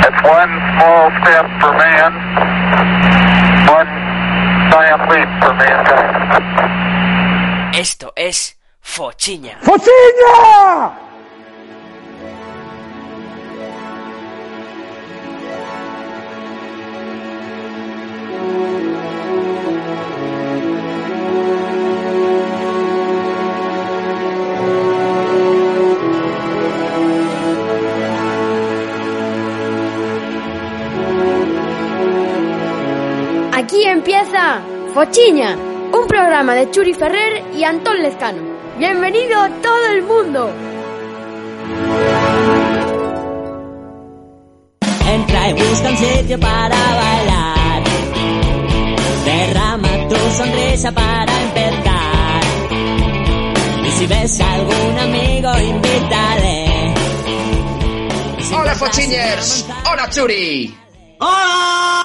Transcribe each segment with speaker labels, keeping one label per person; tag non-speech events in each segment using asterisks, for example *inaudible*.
Speaker 1: It's one small step for man, one giant leap for mankind.
Speaker 2: Esto es Fochiña.
Speaker 3: Aquí empieza Fochiña, un programa de Churi Ferrer y Antón Lezcano. Bienvenido todo el mundo.
Speaker 4: Entra y busca un sitio para bailar. Derrama tu sonrisa para empezar. Y si ves a algún amigo, invítale. Y si
Speaker 5: ¡Hola,
Speaker 4: te vas
Speaker 5: Fochiñers!
Speaker 4: a montar-
Speaker 5: ¡Hola, Churi!
Speaker 6: ¡Hola!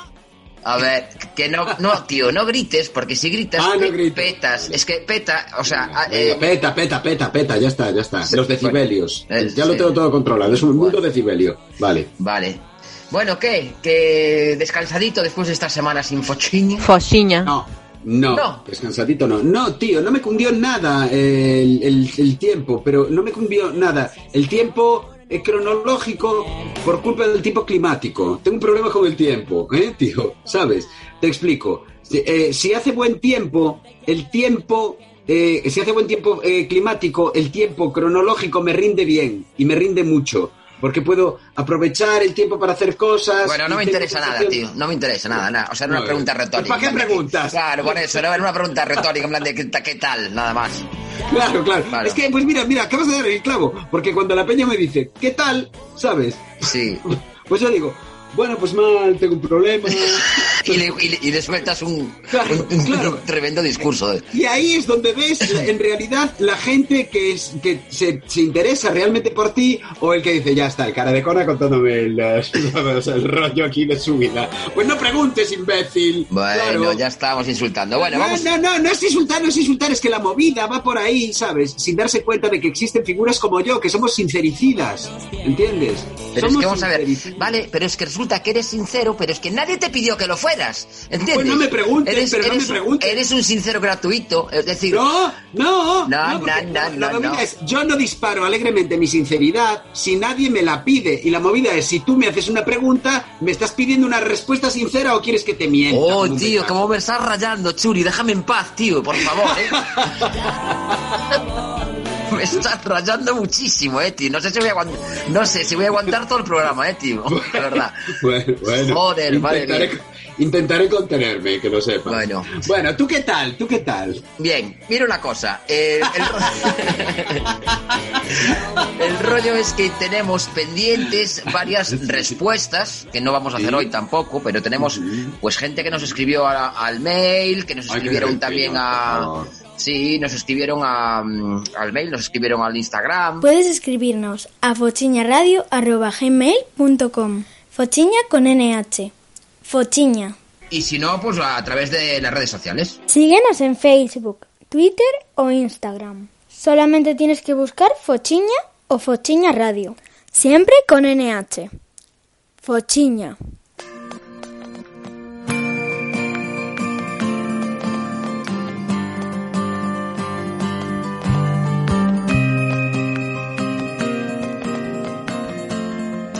Speaker 5: A ver, que no, no, tío, no grites, porque si gritas,
Speaker 6: Ah, no
Speaker 5: pe-
Speaker 6: grito.
Speaker 5: petas. Es que peta, o sea, ah,
Speaker 6: Venga,
Speaker 5: eh,
Speaker 6: peta, peta, peta, peta, ya está, ya está.
Speaker 5: Sí,
Speaker 6: Los decibelios.
Speaker 5: bueno. Eh,
Speaker 6: ya lo
Speaker 5: sí.
Speaker 6: tengo todo controlado, es un mundo decibelio. Vale.
Speaker 5: vale. Bueno, ¿qué? ¿Que descansadito después de esta semana sin Fochiña?
Speaker 7: Fosiña.
Speaker 6: No, no,
Speaker 5: No.
Speaker 6: descansadito no. No, tío, no me cundió nada eh, el, el- el tiempo, pero no me cundió nada. El tiempo es cronológico por culpa del tiempo climático. Tengo un problema con el tiempo, ¿eh, tío? ¿Sabes? Te explico. Si, eh, si hace buen tiempo, el tiempo... eh, si hace buen tiempo eh, climático, el tiempo cronológico me rinde bien y me rinde mucho, porque puedo aprovechar el tiempo para hacer cosas.
Speaker 5: Bueno, no
Speaker 6: y
Speaker 5: me
Speaker 6: tengo
Speaker 5: interesa nada,
Speaker 6: sensación-
Speaker 5: tío. No me interesa nada, nada. O sea, era una
Speaker 6: No,
Speaker 5: pregunta
Speaker 6: eh.
Speaker 5: retórica.
Speaker 6: ¿Para qué
Speaker 5: en plan de-
Speaker 6: preguntas?
Speaker 5: Claro, por eso, era una pregunta retórica, en plan de ¿qué, ta- qué tal? Nada más.
Speaker 6: Claro, claro,
Speaker 5: Claro.
Speaker 6: Es que, pues mira, mira, acabas de dar el clavo. Porque cuando la peña me dice, ¿qué tal? ¿Sabes?
Speaker 5: Sí.
Speaker 6: Pues yo digo, bueno, pues mal, tengo un problema.
Speaker 5: *laughs* Y le, y le- y le sueltas un,
Speaker 6: Claro,
Speaker 5: un- un
Speaker 6: claro.
Speaker 5: tremendo discurso.
Speaker 6: Y ahí es donde
Speaker 5: *laughs*
Speaker 6: ves, en realidad, la gente que, es, que se, se interesa realmente por ti o el que dice, ya está, el cara de cona contándome *laughs* las- el rollo aquí de su vida. Pues no preguntes, imbécil.
Speaker 5: Bueno,
Speaker 6: Claro.
Speaker 5: ya estábamos insultando. Ah, Bueno, vamos.
Speaker 6: No, no, no, no es insultar, no es insultar, es que la movida va por ahí, ¿sabes? Sin darse cuenta de que existen figuras como yo, que somos sincericidas, ¿entiendes?
Speaker 5: Pero es
Speaker 6: somos
Speaker 5: que vamos a ver,
Speaker 6: sincericidas.
Speaker 5: vale, pero es que resulta que eres sincero, pero es que nadie te pidió que lo fueras, ¿entiendes?
Speaker 6: Pues no me preguntes, pero no me preguntes.
Speaker 5: Eres un sincero gratuito, es decir, oh,
Speaker 6: No, no,
Speaker 5: No,
Speaker 6: porque
Speaker 5: no,
Speaker 6: la-
Speaker 5: no,
Speaker 6: la
Speaker 5: no,
Speaker 6: movida
Speaker 5: no.
Speaker 6: es, yo no disparo alegremente mi sinceridad si nadie me la pide. Y la movida es, si tú me haces una pregunta, ¿me estás pidiendo una respuesta sincera o quieres que te mienta?
Speaker 5: oh,
Speaker 6: Como un
Speaker 5: tío,
Speaker 6: becazo.
Speaker 5: cómo me estás rayando, Churi, déjame en paz, tío, por favor, ¿eh?
Speaker 6: *laughs*
Speaker 5: Me estás rayando muchísimo, eh, tío. No sé si voy a aguantar, no sé si voy a aguantar todo el programa, eh, tío. La verdad.
Speaker 6: *laughs* Bueno, bueno.
Speaker 5: Joder, madre
Speaker 6: intentaré,
Speaker 5: mía.
Speaker 6: intentaré contenerme, que lo sepas.
Speaker 5: Bueno.
Speaker 6: Bueno, ¿tú qué tal? ¿Tú qué tal?
Speaker 5: Bien, mira una cosa. eh, el,
Speaker 6: *laughs*
Speaker 5: ro- el rollo es que tenemos pendientes varias respuestas, que no vamos a hacer
Speaker 6: Sí.
Speaker 5: hoy tampoco, pero tenemos
Speaker 6: Ujú.
Speaker 5: pues gente que nos escribió a- al mail, que nos
Speaker 6: Ay, qué
Speaker 5: escribieron
Speaker 6: bien,
Speaker 5: también
Speaker 6: por
Speaker 5: a...
Speaker 6: favor.
Speaker 5: Sí, nos escribieron a, mm, al mail, nos escribieron al Instagram.
Speaker 8: Puedes escribirnos a fochiñaradio.gmail.com Fochiña con NH. Fochiña.
Speaker 5: Y si no, pues a través de las redes sociales.
Speaker 8: Síguenos en Facebook, Twitter o Instagram. Solamente tienes que buscar Fochiña o Fochiña Radio. Siempre con NH. Fochiña.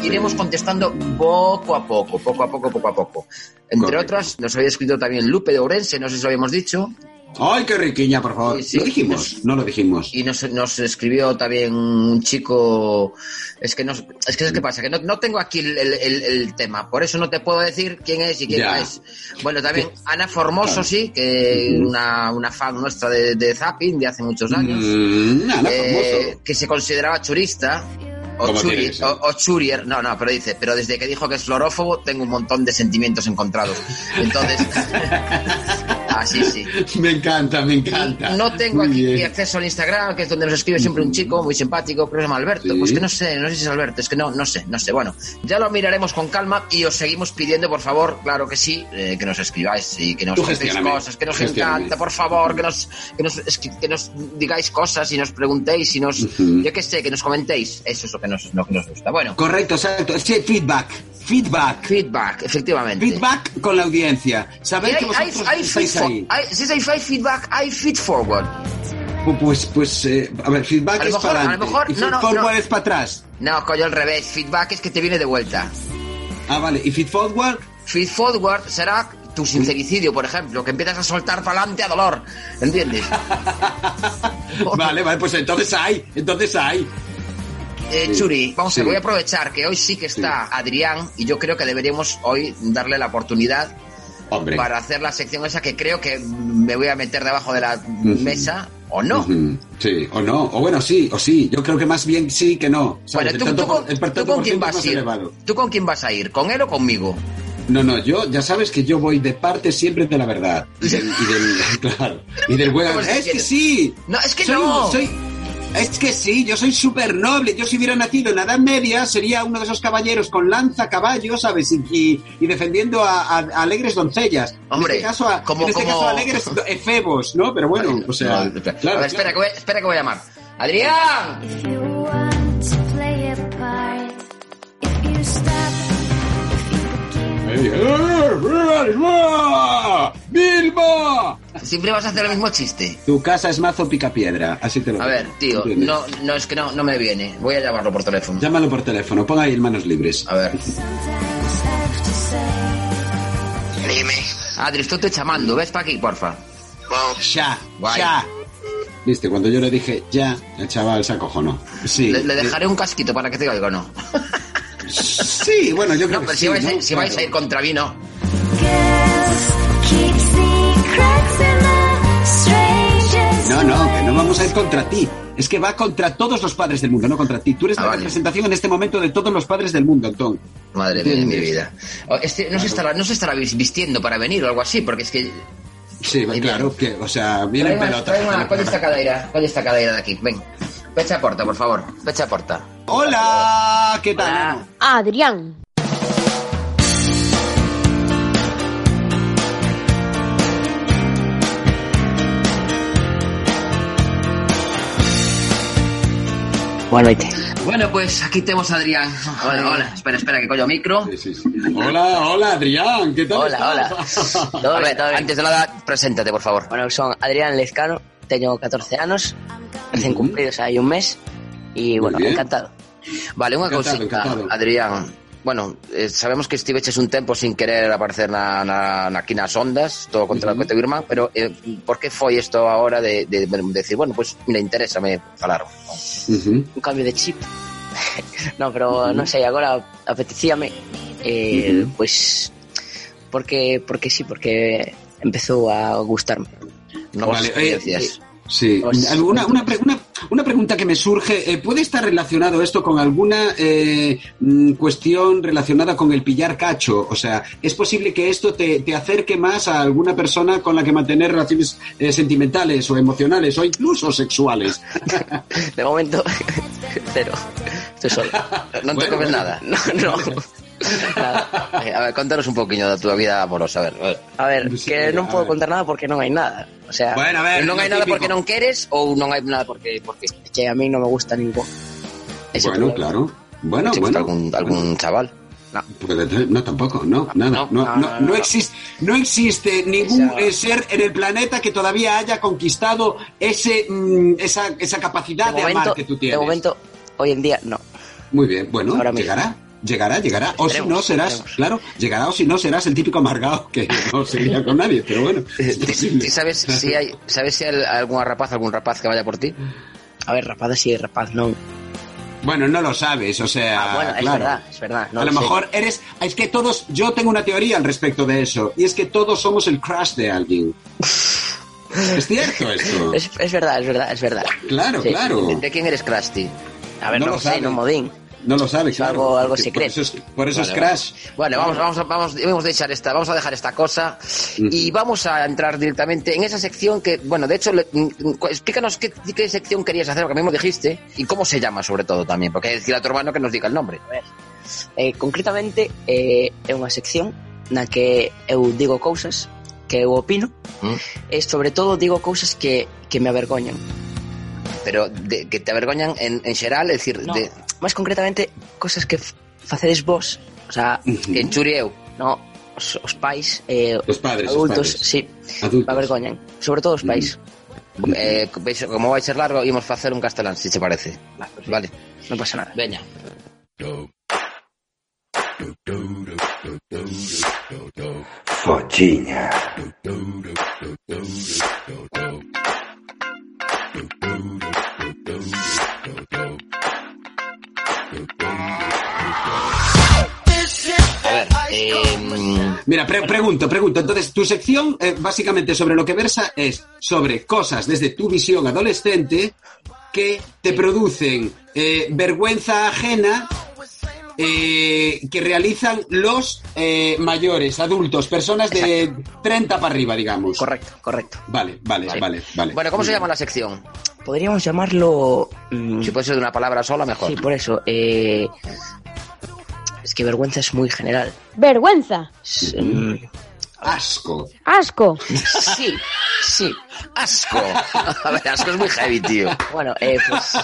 Speaker 5: iremos contestando poco a poco, poco a poco, poco a poco. Entre
Speaker 6: Correcto.
Speaker 5: otras, nos había escrito también Lupe de Orense, no sé si lo habíamos dicho,
Speaker 6: Ay, qué riquiña, por favor.
Speaker 5: Sí, sí.
Speaker 6: Lo dijimos, no lo dijimos.
Speaker 5: y nos, nos escribió también un chico es que no es que es que pasa que no, no tengo aquí el, el- el- el tema por eso no te puedo decir quién es y quién
Speaker 6: Ya.
Speaker 5: no es bueno también Ana Formoso sí que una, una fan nuestra de, de Zapping de hace muchos años
Speaker 6: Mm, nada,
Speaker 5: eh,
Speaker 6: famoso.
Speaker 5: que se consideraba churista O
Speaker 6: Como
Speaker 5: Churi-
Speaker 6: tiene que ser.
Speaker 5: o- o Churier, no, no, pero dice, pero desde que dijo que es florófobo tengo un montón de sentimientos encontrados. Entonces,
Speaker 6: *laughs*
Speaker 5: así sí.
Speaker 6: Me encanta, me encanta.
Speaker 5: No tengo
Speaker 6: Muy
Speaker 5: aquí
Speaker 6: bien.
Speaker 5: acceso al Instagram, que es donde nos escribe siempre un chico muy simpático, creo que se llama Alberto.
Speaker 6: Sí.
Speaker 5: Pues que no sé, no sé si es Alberto, es que no, no sé, no sé. Bueno, ya lo miraremos con calma y os seguimos pidiendo, por favor, claro que sí, eh, que nos escribáis y que nos
Speaker 6: Tú
Speaker 5: contéis
Speaker 6: gestióname,
Speaker 5: cosas, que nos
Speaker 6: gestióname.
Speaker 5: encanta, por favor, que nos, que nos, es que- que nos digáis cosas y nos preguntéis y nos,
Speaker 6: Ujú.
Speaker 5: yo qué sé, que nos comentéis. Eso es lo que nos, lo que nos gusta. Bueno,
Speaker 6: Correcto, exacto. Sí, feedback. Feedback.
Speaker 5: feedback, efectivamente.
Speaker 6: Feedback con la audiencia.
Speaker 5: Y
Speaker 6: Sabéis
Speaker 5: hay,
Speaker 6: que
Speaker 5: hay,
Speaker 6: vosotros
Speaker 5: hay feed
Speaker 6: estáis
Speaker 5: for-
Speaker 6: ahí.
Speaker 5: hay- si hay feed- feedback, hay feed forward.
Speaker 6: Pu- Pues, pues, eh, a ver, feedback
Speaker 5: A lo
Speaker 6: es
Speaker 5: mejor-
Speaker 6: para
Speaker 5: a lo
Speaker 6: adelante.
Speaker 5: mejor-
Speaker 6: y
Speaker 5: no, no,
Speaker 6: forward
Speaker 5: no.
Speaker 6: es para atrás.
Speaker 5: No, coño, al revés. Feedback es que te viene de vuelta.
Speaker 6: Ah, vale. Y feed forward, *laughs*
Speaker 5: Feed forward será tu sincericidio, por ejemplo, que empiezas a soltar para adelante a dolor.
Speaker 6: *laughs*
Speaker 5: ¿Entiendes?
Speaker 6: vale, vale, pues entonces hay, entonces hay.
Speaker 5: Eh,
Speaker 6: Sí.
Speaker 5: Churi, vamos a
Speaker 6: Sí.
Speaker 5: ver, voy a aprovechar que hoy sí que está Adrián y yo creo que deberíamos hoy darle la oportunidad
Speaker 6: Hombre.
Speaker 5: para hacer la sección esa que creo que me voy a meter debajo de la mesa o no.
Speaker 6: Ujú. Sí, o no, o bueno, sí, o sí. Yo creo que más bien sí que no.
Speaker 5: Bueno,
Speaker 6: ¿sabes? El
Speaker 5: ¿tú,
Speaker 6: tanto
Speaker 5: tú
Speaker 6: por-
Speaker 5: con-
Speaker 6: el
Speaker 5: tú
Speaker 6: tanto
Speaker 5: con
Speaker 6: por
Speaker 5: quién
Speaker 6: ciento es
Speaker 5: vas
Speaker 6: más
Speaker 5: a ir?
Speaker 6: elevado.
Speaker 5: ¿Tú con quién vas a ir? ¿Con él o conmigo?
Speaker 6: No, no, yo ya sabes que yo voy de parte siempre de la verdad. Y del, y del- *laughs* claro, y del buen-
Speaker 5: Como si
Speaker 6: Es que
Speaker 5: quieres.
Speaker 6: sí.
Speaker 5: No, es que
Speaker 6: Soy-
Speaker 5: no.
Speaker 6: soy- es que sí, yo soy súper noble. Yo si hubiera nacido en la Edad Media sería uno de esos caballeros con lanza, caballo, ¿sabes? Y, y- y defendiendo a, a- a alegres doncellas.
Speaker 5: Hombre,
Speaker 6: en este caso a,
Speaker 5: como-
Speaker 6: en este
Speaker 5: como-
Speaker 6: caso a alegres do- efebos, ¿no? Pero bueno,
Speaker 5: Vale,
Speaker 6: o sea...
Speaker 5: no, espera.
Speaker 6: claro,
Speaker 5: a ver, espera,
Speaker 6: claro.
Speaker 5: Que voy, espera que voy a llamar. ¡Adrián!
Speaker 7: If you want to play a part, if you stop, if you begin,
Speaker 6: Ahí dije, ¡Eh, Bilba! ¡Bilba!
Speaker 5: Siempre vas a hacer el mismo chiste.
Speaker 6: Tu casa es mazo picapiedra, así te lo
Speaker 5: A
Speaker 6: digo.
Speaker 5: ver, tío,
Speaker 6: ¿Entiendes?
Speaker 5: no, no es que no, no me viene. Voy a llamarlo por teléfono.
Speaker 6: Llámalo por teléfono, ponga ahí en manos libres.
Speaker 5: A ver.
Speaker 7: sometimes I have to say,
Speaker 9: Dime.
Speaker 5: Adri, estoy te llamando. ¿Ves para aquí, porfa?
Speaker 9: Bueno,
Speaker 6: Ya,
Speaker 5: Guay.
Speaker 6: ya. Viste, cuando yo le dije ya, el chaval se acojonó. Sí.
Speaker 5: Le, le dejaré un casquito para que te oiga, o
Speaker 6: *laughs*
Speaker 5: ¿no?
Speaker 6: Sí, bueno, yo creo
Speaker 5: No,
Speaker 6: que
Speaker 5: pero
Speaker 6: sí,
Speaker 5: si vais,
Speaker 6: ¿no?
Speaker 5: si vais a ir
Speaker 6: Claro.
Speaker 5: contra mí, no.
Speaker 7: girls keep secrets in the strangest
Speaker 6: No, no, que no vamos a ir contra ti. Es que va contra todos los padres del mundo, no contra ti. Tú eres
Speaker 5: Ah,
Speaker 6: la
Speaker 5: vale.
Speaker 6: representación en este momento de todos los padres del mundo, Antón.
Speaker 5: Madre mía de mi
Speaker 6: ¿Entiendes?
Speaker 5: vida. O, Este, no, se estará, no se estará vis- vistiendo para venir o algo así, porque es que...
Speaker 6: Sí,
Speaker 5: Ahí
Speaker 6: claro, que, o sea, viene en
Speaker 5: Trae más,
Speaker 6: pelota.
Speaker 5: trae más. Coge esta cadeira, coge esta cadeira de aquí. Ven, pecha a porta, por favor. Pecha a porta.
Speaker 6: Hola, ¿qué tal?
Speaker 5: Hola.
Speaker 3: Adrián.
Speaker 2: Buenas noches.
Speaker 5: Bueno, pues aquí tenemos a Adrián. Hola, hola. Espera, espera, que coño micro.
Speaker 6: Sí, sí, sí. Hola, hola, Adrián, ¿qué tal?
Speaker 2: Hola,
Speaker 5: *laughs*
Speaker 6: estás?
Speaker 2: hola.
Speaker 5: A
Speaker 2: Todo bien,
Speaker 5: ver,
Speaker 2: todo bien.
Speaker 5: antes de nada, preséntate, por favor.
Speaker 2: Bueno, son Adrián Lezcano, tengo 14 años, recién cumplidos, hay un mes, y bueno,
Speaker 6: bien.
Speaker 2: encantado.
Speaker 5: Vale, una
Speaker 6: Encantado,
Speaker 5: cosita,
Speaker 6: encantado.
Speaker 5: Adrián. Bueno, eh, sabemos que Steve eches un tempo sin querer aparecer na, na, aquí nas ondas, todo contra o que te firma, pero eh, por que foi isto agora de, de, de decir, bueno, pues, mira, interésame falar.
Speaker 6: Ujú.
Speaker 2: Un cambio de chip. *laughs* no, pero no sé, ahora apetecíame, eh,
Speaker 6: Ujú.
Speaker 2: pues, porque, porque sí, porque empezó a gustarme.
Speaker 5: No vale,
Speaker 6: Vale, eh,
Speaker 5: experiencias.
Speaker 6: Sí.
Speaker 2: Os-
Speaker 6: Alguna- una, pre- una- una pregunta que me surge, eh, ¿puede estar relacionado esto con alguna eh, mm, cuestión relacionada con el pillar cacho? O sea, ¿es posible que esto te, te acerque más a alguna persona con la que mantener relaciones eh, sentimentales o emocionales o incluso sexuales? eh,
Speaker 2: De
Speaker 6: *laughs*
Speaker 2: momento, cero. Estoy solo.
Speaker 5: non te
Speaker 6: Bueno,
Speaker 5: comes
Speaker 6: bueno.
Speaker 5: nada. *laughs*
Speaker 2: No,
Speaker 6: *laughs*
Speaker 2: no. Nada.
Speaker 5: Eh, A ver, contanos un poquinho da túa vida amorosa, a ver. a ver.
Speaker 2: A ver,
Speaker 6: Pues Sí,
Speaker 2: que non
Speaker 6: a
Speaker 2: podo
Speaker 6: ver.
Speaker 2: contar nada porque non hai nada. O sea,
Speaker 6: Bueno, a ver,
Speaker 5: non hai
Speaker 6: lo
Speaker 5: nada
Speaker 6: típico.
Speaker 5: porque non queres ou non hai nada porque...
Speaker 2: porque porque es que a mí non me gusta ningún. Ese
Speaker 6: Bueno,
Speaker 2: problema.
Speaker 6: claro. Bueno,
Speaker 5: te gusta
Speaker 6: bueno.
Speaker 5: algún, algún chaval?
Speaker 6: Porque te- No, tampoco, no, nada.
Speaker 2: Ah, no, no,
Speaker 6: No, no,
Speaker 2: no,
Speaker 6: no
Speaker 2: no.
Speaker 6: existe, no existe ningún
Speaker 2: Esa-
Speaker 6: eh, ser en el planeta que todavía haya conquistado ese, mm, esa, esa capacidad
Speaker 2: De
Speaker 6: de,
Speaker 2: momento,
Speaker 6: amar que tú tienes.
Speaker 2: de momento hoy en día no.
Speaker 6: Muy bien, bueno,
Speaker 2: Ahora mismo.
Speaker 6: llegará. Llegará, llegará, o si
Speaker 2: Esperemos,
Speaker 6: no serás,
Speaker 2: esperemos.
Speaker 6: claro, llegará o si no serás el típico amargado que no seguirá con nadie, pero bueno,
Speaker 2: *laughs*
Speaker 6: es
Speaker 5: Ti-
Speaker 6: posible.
Speaker 5: ti
Speaker 6: *laughs*
Speaker 5: sabes si hai sabes si hai algunha rapaz, algún rapaz que vaya por ti?
Speaker 2: A ver, rapaz, sí, rapaz, non.
Speaker 6: Bueno, no lo sabes, o sea,
Speaker 2: Ah, bueno, es
Speaker 6: claro.
Speaker 2: verdad, es verdad. No
Speaker 6: a lo
Speaker 2: sé.
Speaker 6: mejor eres, es que todos, yo tengo una teoría al respecto de eso, y es que todos somos el crush
Speaker 5: *laughs*
Speaker 6: de alguien. es cierto esto.
Speaker 2: Es, es verdad, es verdad, es verdad.
Speaker 6: Claro,
Speaker 2: Sí.
Speaker 6: claro.
Speaker 5: De quen eres crush ti?
Speaker 2: A ver,
Speaker 6: No
Speaker 2: no,
Speaker 6: lo
Speaker 2: sé,
Speaker 6: sabe.
Speaker 2: no modín.
Speaker 6: No lo sabe, claro.
Speaker 5: algo, algo
Speaker 6: porque
Speaker 5: secreto.
Speaker 6: Por eso es, por eso es
Speaker 5: Vale,
Speaker 6: Crash.
Speaker 5: vale. Bueno, vamos, vamos, a- vamos, debemos de echar esta, vamos a dejar esta cosa
Speaker 2: Mm.
Speaker 5: y vamos a entrar directamente en esa sección que, bueno, de hecho, le- mm, mm, cu- explícanos qué, qué sección querías hacer, porque mismo dijiste, y cómo se llama sobre todo también, porque hay que decir a tu hermano que nos diga el nombre.
Speaker 2: Eh, concretamente, eh, é unha sección na que eu digo cousas que eu opino
Speaker 5: Mm.
Speaker 2: e sobre todo digo cousas que, que me avergoñan.
Speaker 5: Pero de- que te avergoñan en, en xeral, é dicir,
Speaker 2: No,
Speaker 5: de,
Speaker 2: máis concretamente, cousas que f- facedes vos, o sea,
Speaker 5: que enchuri eu.
Speaker 2: no, os, os pais, eh,
Speaker 6: Los padres, los
Speaker 2: adultos, Mm.
Speaker 6: padres.
Speaker 2: sí,
Speaker 6: Adultos.
Speaker 2: me avergoñan, sobre todo os pais.
Speaker 5: Eh, veis, como vai ser largo, ímos facer un castelán, se te parece. Vale.
Speaker 2: Non pasa nada.
Speaker 5: Veña.
Speaker 10: Fochiña.
Speaker 5: A ver, eh,
Speaker 6: Mira, pre- pregunto, pregunto. Entonces, tu sección eh, básicamente sobre lo que versa es sobre cosas desde tu visión adolescente que te producen eh, vergüenza ajena eh, que realizan los eh, mayores, adultos, personas de 30 para arriba, digamos.
Speaker 2: Correcto, correcto.
Speaker 6: Vale, vale,
Speaker 5: Vale.
Speaker 6: vale, vale. Mm,
Speaker 5: bueno, ¿cómo se llama la sección?
Speaker 2: Podríamos llamarlo... mm,
Speaker 5: Si puede ser de una palabra sola, mejor.
Speaker 2: sí, por eso. eh, es que vergüenza es muy general.
Speaker 3: Vergüenza.
Speaker 2: Es, mm,
Speaker 6: Asco.
Speaker 3: Asco.
Speaker 2: sí, sí. *laughs*
Speaker 5: Asco. A ver, asco es muy heavy, tío.
Speaker 2: Bueno, eh, pues.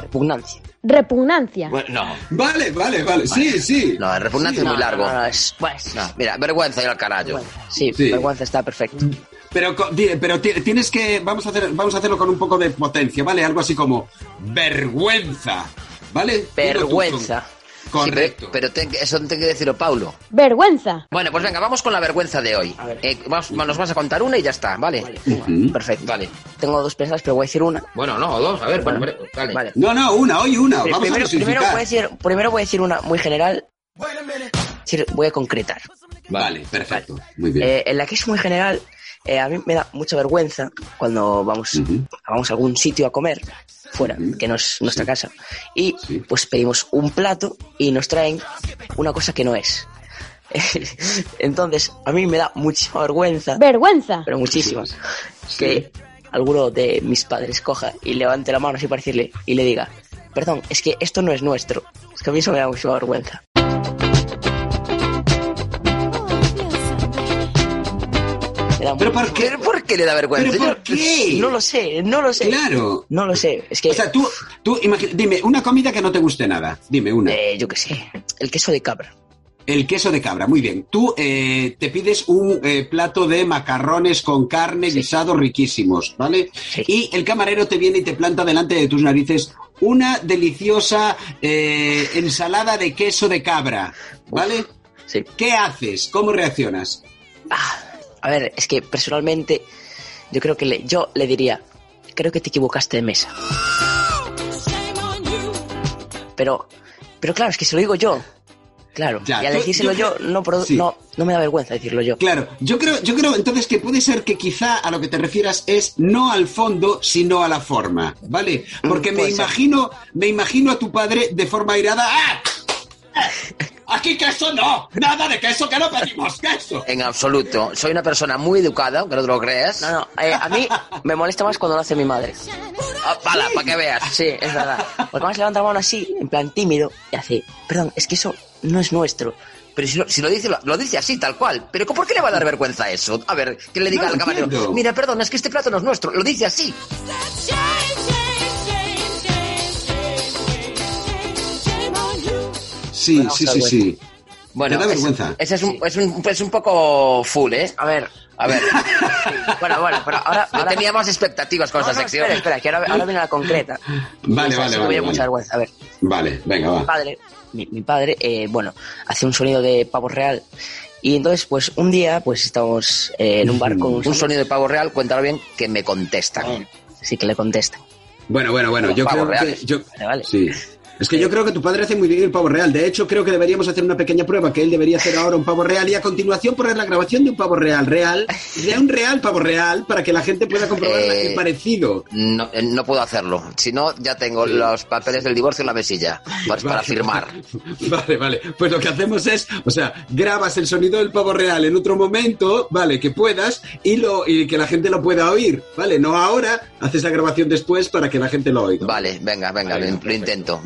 Speaker 2: Repugnancia.
Speaker 3: Repugnancia.
Speaker 5: Bueno, no.
Speaker 6: Vale, vale, vale. Sí, sí.
Speaker 5: No, el repugnante
Speaker 6: Sí,
Speaker 5: es muy largo.
Speaker 2: No, no, es, pues,
Speaker 5: No, mira, vergüenza y al carajo.
Speaker 2: vergüenza. Sí,
Speaker 6: Sí.
Speaker 2: vergüenza está perfecto.
Speaker 6: Pero, co- di- pero ti- tienes que. Vamos a, hacer, vamos a hacerlo con un poco de potencia, ¿vale? Algo así como. Vergüenza. ¿Vale?
Speaker 2: Vergüenza.
Speaker 6: Dilo tú, con-
Speaker 5: Sí, pero-
Speaker 6: Correcto.
Speaker 5: pero ten- eso te que decirlo, Paulo.
Speaker 3: Vergüenza.
Speaker 5: Bueno, pues venga, vamos con la vergüenza de hoy.
Speaker 2: A ver.
Speaker 5: Eh, vamos- nos vas a contar una y ya está, ¿vale?
Speaker 6: Ujú.
Speaker 2: Perfecto.
Speaker 5: Vale.
Speaker 2: Tengo dos pensadas, pero voy a decir una.
Speaker 5: Bueno, no, dos, a ver,
Speaker 2: Bueno,
Speaker 5: bueno, vale.
Speaker 2: vale.
Speaker 6: No, no, una, hoy una.
Speaker 2: primero,
Speaker 6: Vamos a
Speaker 2: primero voy a
Speaker 6: simplificar.
Speaker 2: decir, primero voy a decir una muy general. Es decir, voy a concretar.
Speaker 6: Vale, perfecto. Muy bien.
Speaker 2: Eh, en la que es muy general, eh, a mí me da mucha vergüenza cuando vamos,
Speaker 6: Ujú.
Speaker 2: vamos a algún sitio a comer fuera,
Speaker 6: Ujú.
Speaker 2: que no es nuestra casa. Y
Speaker 6: Sí.
Speaker 2: pues pedimos un plato y nos traen una cosa que no es. *laughs* Entonces, a mí me da muchísima vergüenza,
Speaker 3: Vergüenza.
Speaker 2: pero muchísima,
Speaker 6: Sí.
Speaker 2: que alguno de mis padres coja y levante la mano así para decirle y le diga, perdón, es que esto no es nuestro. Es que a mí eso me da muchísima vergüenza. Me da muchísima-
Speaker 6: Pero ¿por qué?
Speaker 5: ¿Por qué le da vergüenza?
Speaker 6: ¿Pero
Speaker 5: Yo-
Speaker 6: por qué?
Speaker 2: No lo sé, no lo sé.
Speaker 6: Claro.
Speaker 2: No lo sé, es que...
Speaker 6: O sea, tú, tú imagina, dime, una comida que no te guste nada. Dime una.
Speaker 2: eh, yo qué sé, el queso de cabra.
Speaker 6: El queso de cabra, muy bien. Tú eh, te pides un eh, plato de macarrones con carne guisado riquísimos, ¿vale? Y el camarero te viene y te planta delante de tus narices una deliciosa eh, ensalada de queso de cabra, ¿vale?
Speaker 2: Sí.
Speaker 6: ¿Qué haces? ¿Cómo reaccionas?
Speaker 2: Ah, a ver, es que personalmente yo creo que le, yo le diría, creo que te equivocaste de mesa. Pero, pero claro, es que se lo digo yo. Claro,
Speaker 6: Ya,
Speaker 2: y al
Speaker 6: yo-
Speaker 2: decírselo
Speaker 6: yo
Speaker 2: yo,
Speaker 6: creo-
Speaker 2: no, produ-
Speaker 6: sí.
Speaker 2: no, no me da vergüenza decirlo yo.
Speaker 6: Claro, yo creo, yo creo entonces que puede ser que quizá a lo que te refieras es no al fondo, sino a la forma, ¿vale? Porque
Speaker 2: Mm,
Speaker 6: me
Speaker 2: puede ser.
Speaker 6: imagino, me imagino a tu padre de forma irada. ¡Ah! ¡Eh! Aquí queso no, nada de queso que no pedimos queso.
Speaker 2: Eh,
Speaker 5: En absoluto. Soy una persona muy educada, aunque no te lo creas.
Speaker 2: No, no, eh, a mí me molesta más cuando lo hace mi madre.
Speaker 5: Ah, pala, para que veas.
Speaker 2: Sí, es verdad. Porque más levanta la mano así, en plan tímido, y hace, perdón, es que eso no es nuestro.
Speaker 5: Pero si lo, si lo dice, lo, lo dice así, tal cual. Pero ¿por qué le va a dar vergüenza eso? A ver, que le diga
Speaker 6: No lo
Speaker 5: al camarero,
Speaker 6: entiendo.
Speaker 5: mira, perdón, es que este plato no es nuestro. Lo dice así.
Speaker 6: Sí,
Speaker 2: Bueno,
Speaker 6: sí,
Speaker 2: o sea, pues
Speaker 6: sí,
Speaker 2: bueno.
Speaker 6: sí.
Speaker 5: Bueno,
Speaker 6: Te da
Speaker 5: ese-
Speaker 6: vergüenza.
Speaker 5: Ese, es, un, es, un, es un poco full, ¿eh?
Speaker 2: A ver,
Speaker 5: A ver,
Speaker 2: *laughs* bueno, bueno, pero ahora...
Speaker 5: yo
Speaker 2: ahora-
Speaker 5: tenía más expectativas con
Speaker 2: No, no,
Speaker 5: esta sección.
Speaker 2: Espera, espera, que ahora, ahora viene la concreta.
Speaker 6: Vale,
Speaker 2: Esa
Speaker 6: vale,
Speaker 2: sí me
Speaker 6: vale,
Speaker 2: dio mucha
Speaker 6: vale.
Speaker 2: vergüenza. A ver,
Speaker 6: Vale, venga,
Speaker 2: mi
Speaker 6: va.
Speaker 2: padre, mi, mi padre eh, bueno, hace un sonido de pavo real. Y entonces, pues un día, pues estamos eh, en un bar con
Speaker 5: Un sonido de pavo real, cuéntalo bien, que me contestan.
Speaker 2: Así que le contesta.
Speaker 6: Bueno, bueno, bueno,
Speaker 5: Los
Speaker 6: yo
Speaker 5: pavos
Speaker 6: creo que
Speaker 5: reales. Eh.
Speaker 6: yo
Speaker 2: Vale, vale.
Speaker 6: sí. Es que yo creo que tu padre hace muy bien el pavo real. De hecho, creo que deberíamos hacer una pequeña prueba que él debería hacer ahora un pavo real y a continuación poner la grabación de un pavo real real, de un real pavo real, para que la gente pueda comprobar
Speaker 5: Eh,
Speaker 6: el parecido.
Speaker 5: No, eh, no puedo hacerlo. Si no, ya tengo los papeles del divorcio en la mesilla para, para firmar.
Speaker 6: *laughs* Vale, vale. Pues lo que hacemos es, o sea, grabas el sonido del pavo real en otro momento, vale, que puedas, y, lo, y que la gente lo pueda oír, ¿vale? No ahora, haces la grabación después para que la gente lo oiga.
Speaker 5: Vale, venga, venga,
Speaker 6: Vale,
Speaker 5: lo- lo
Speaker 6: perfecto.
Speaker 5: intento.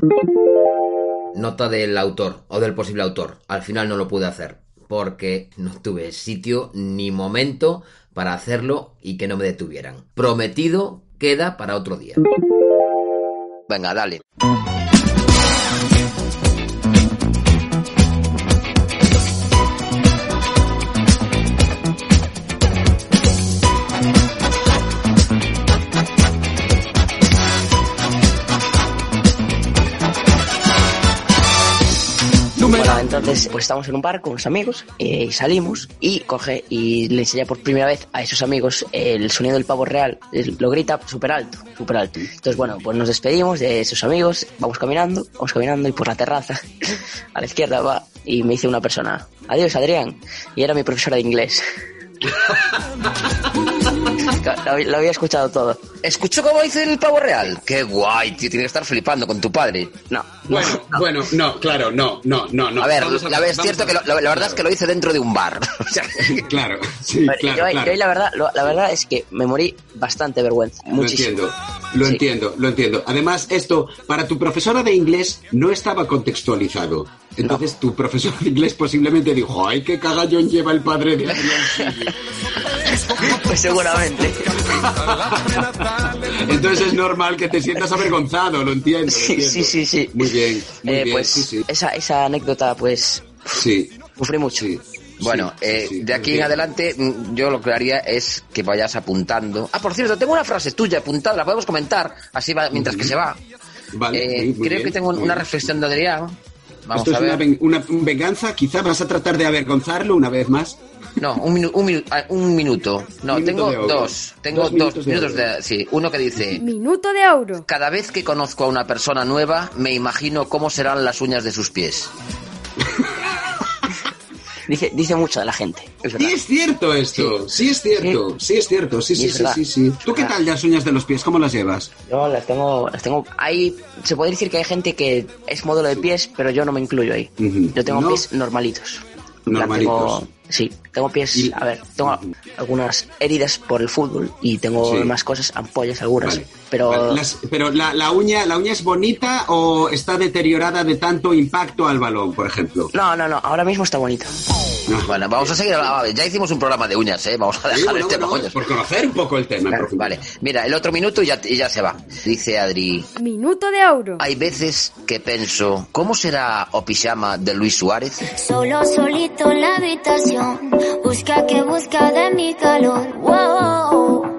Speaker 5: Nota del autor o del posible autor. Al final no lo pude hacer porque no tuve sitio ni momento para hacerlo y que no me detuvieran. Prometido queda para otro día. Venga, dale.
Speaker 2: Bueno, entonces pues estamos en un bar con unos amigos eh, y salimos y coge y le enseña por primera vez a esos amigos el sonido del pavo real. eh, Lo grita súper alto, súper alto. Entonces bueno, pues nos despedimos de esos amigos, vamos caminando, vamos caminando y por la terraza *laughs* a la izquierda va y me dice una persona, adiós Adrián, y era mi profesora de inglés. *laughs* lo, había- lo había escuchado todo.
Speaker 5: Escucho cómo dice el pavo real. Qué guay, tío. Tiene que estar flipando con tu padre.
Speaker 2: No,
Speaker 5: *laughs*
Speaker 6: Bueno, bueno, no, claro, no, no, no, no.
Speaker 5: a ver,
Speaker 6: Vamos
Speaker 5: la, vez es
Speaker 6: vamos
Speaker 5: cierto
Speaker 6: a-
Speaker 5: que lo- la, la verdad
Speaker 6: claro,
Speaker 5: es que lo hice dentro de un *laughs* bar. O sea,
Speaker 6: *laughs* Claro, sí,
Speaker 2: A ver,
Speaker 6: claro,
Speaker 2: yo, ahí-
Speaker 6: claro.
Speaker 2: yo ahí la verdad, lo- la verdad es que me morí bastante de vergüenza,
Speaker 6: Lo
Speaker 2: muchísimo.
Speaker 6: entiendo, lo
Speaker 2: Sí.
Speaker 6: entiendo, lo entiendo. Además, esto para tu profesora de inglés no estaba contextualizado. Entonces, tu profesora de inglés posiblemente dijo: ¡Ay, qué cagallón lleva el padre de Adrián Silva".
Speaker 2: *laughs*
Speaker 5: *laughs*
Speaker 2: Pues seguramente.
Speaker 6: Entonces, es normal que te sientas avergonzado, lo entiendo. lo
Speaker 2: Sí,
Speaker 6: entiendo.
Speaker 2: sí, sí, sí.
Speaker 6: Muy bien, muy
Speaker 2: Eh,
Speaker 6: bien.
Speaker 2: pues
Speaker 6: sí, sí,
Speaker 2: Esa, esa anécdota, pues,
Speaker 6: sí,
Speaker 2: sufrí mucho.
Speaker 6: sí.
Speaker 5: Bueno,
Speaker 6: Sí,
Speaker 5: eh,
Speaker 6: sí,
Speaker 5: de aquí en
Speaker 6: muy bien.
Speaker 5: adelante mm, yo lo que haría es que vayas apuntando. Ah, por cierto, tengo una frase tuya apuntada, la podemos comentar, así va, mientras que se va.
Speaker 6: Vale,
Speaker 5: Eh,
Speaker 6: sí, muy
Speaker 5: creo
Speaker 6: bien,
Speaker 5: que tengo
Speaker 6: muy
Speaker 5: una
Speaker 6: bien.
Speaker 5: reflexión de Adrián. Vamos
Speaker 6: Esto es
Speaker 5: a ver.
Speaker 6: una ven- una venganza, quizá vas a tratar de avergonzarlo una vez más.
Speaker 5: No, un, minu- un, minu- ah, un minuto. No,
Speaker 6: Minuto
Speaker 5: tengo
Speaker 6: de oro.
Speaker 5: dos. Tengo dos,
Speaker 6: Dos minutos de
Speaker 5: minutos de,
Speaker 6: oro.
Speaker 5: Sí, uno que dice...
Speaker 3: Minuto de euro.
Speaker 5: Cada vez que conozco a una persona nueva, me imagino cómo serán las uñas de sus
Speaker 6: *laughs*
Speaker 5: pies.
Speaker 2: Dice, dice mucho de la gente. Es
Speaker 6: Sí
Speaker 2: verdad.
Speaker 6: es cierto esto, sí, es cierto, sí. es cierto, sí,
Speaker 2: Sí,
Speaker 6: sí,
Speaker 2: es
Speaker 6: sí,
Speaker 2: verdad.
Speaker 6: sí, sí. ¿Tú qué tal las uñas de los pies? ¿Cómo las llevas?
Speaker 2: Yo las tengo, las tengo. Ahí se puede decir que hay gente que es modelo de pies, pero yo no me incluyo ahí.
Speaker 6: Ujú.
Speaker 2: Yo tengo
Speaker 6: No.
Speaker 2: pies normalitos. En plan,
Speaker 6: Normalitos.
Speaker 2: tengo- sí, tengo pies.
Speaker 6: Y-
Speaker 2: A ver, tengo a- algunas heridas por el fútbol y tengo
Speaker 6: Sí.
Speaker 2: más cosas, ampollas algunas.
Speaker 6: Vale,
Speaker 2: Pero
Speaker 6: vale. Las- pero la, la uña, la uña es bonita o está deteriorada de tanto impacto al balón, por ejemplo.
Speaker 2: no, no, no. Ahora mismo está bonito.
Speaker 5: Bueno, vamos a seguir. a- a- Ya hicimos un programa de uñas, ¿eh? Vamos a
Speaker 6: Sí,
Speaker 5: dejar el
Speaker 6: bueno,
Speaker 5: tema,
Speaker 6: bueno,
Speaker 5: coños.
Speaker 6: por conocer un poco el tema. en
Speaker 5: Claro,
Speaker 6: profundidad.
Speaker 5: Vale, mira, el otro minuto y ya, y ya se va. Dice Adri,
Speaker 3: Minuto de euro.
Speaker 5: hay veces que pienso, ¿cómo será o pijama de Luis Suárez?
Speaker 7: Solo solito en la habitación, busca que busca de mi calor. Wow. No,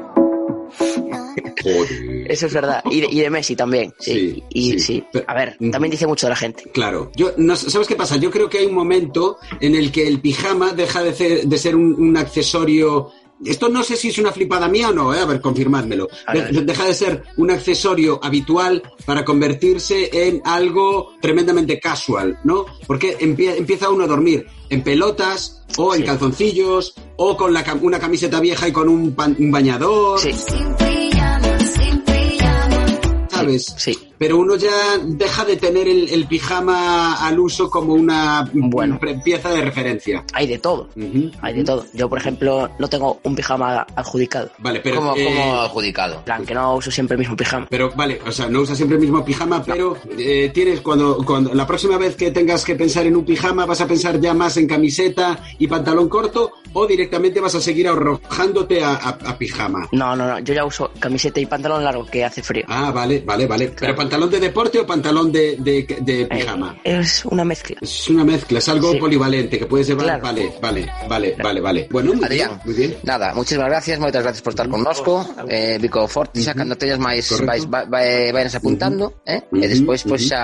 Speaker 7: no.
Speaker 6: Joder.
Speaker 2: Eso es verdad. Y de, y de Messi también. Sí.
Speaker 6: Sí,
Speaker 2: y
Speaker 6: sí.
Speaker 2: sí.
Speaker 6: Pero-
Speaker 2: A ver, también dice mucho de la gente.
Speaker 6: Claro, yo no, sabes qué pasa. Yo creo que hay un momento en el que el pijama deja de ser, de ser un, un accesorio. Esto no sé si es una flipada mía o no, ¿eh? a ver, confirmadmelo.
Speaker 2: A
Speaker 6: De-
Speaker 2: ver.
Speaker 6: de- deja de ser un accesorio habitual para convertirse en algo tremendamente casual, ¿no? Porque empie- empieza uno a dormir en pelotas o en
Speaker 2: Sí.
Speaker 6: calzoncillos o con la cam- una camiseta vieja y con un, pan- un bañador,
Speaker 2: Sí,
Speaker 7: Sin pijama, sin pijama.
Speaker 6: ¿sabes?
Speaker 2: sí.
Speaker 6: Pero uno ya deja de tener el, el pijama al uso como una
Speaker 2: Bueno.
Speaker 6: pre- pieza de referencia.
Speaker 2: Hay de todo.
Speaker 6: Ujú.
Speaker 2: Hay de todo. Yo, por ejemplo, no tengo un pijama adjudicado.
Speaker 6: Vale, pero,
Speaker 5: ¿Cómo,
Speaker 6: eh,
Speaker 5: cómo adjudicado?
Speaker 2: En plan, que no uso siempre el mismo pijama.
Speaker 6: pero vale, o sea, no usas siempre el mismo pijama, pero eh, tienes cuando, cuando la próxima vez que tengas que pensar en un pijama vas a pensar ya más en camiseta y pantalón corto o directamente vas a seguir arrojándote a, a- a pijama.
Speaker 2: No, no, no. Yo ya uso camiseta y pantalón largo que hace frío.
Speaker 6: Ah, vale, vale, vale. ¿Pero pantalón de deporte o pantalón de, de- de
Speaker 2: Eh,
Speaker 6: pijama?
Speaker 2: es una mezcla.
Speaker 6: Es una mezcla, es algo
Speaker 2: Sí.
Speaker 6: polivalente que puedes llevar.
Speaker 2: Claro.
Speaker 6: Vale, vale, vale, vale, vale. Bueno, muy bien,
Speaker 5: Adrián,
Speaker 6: muy bien.
Speaker 5: nada, muchísimas gracias, moitas gracias por estar con nosco eh, Vico Fortis, uh -huh. cando teñas máis
Speaker 6: Correcto.
Speaker 5: vais, vai, vai, vai apuntando eh? e
Speaker 6: Ujú,
Speaker 5: despois pois
Speaker 6: ujú.
Speaker 5: xa,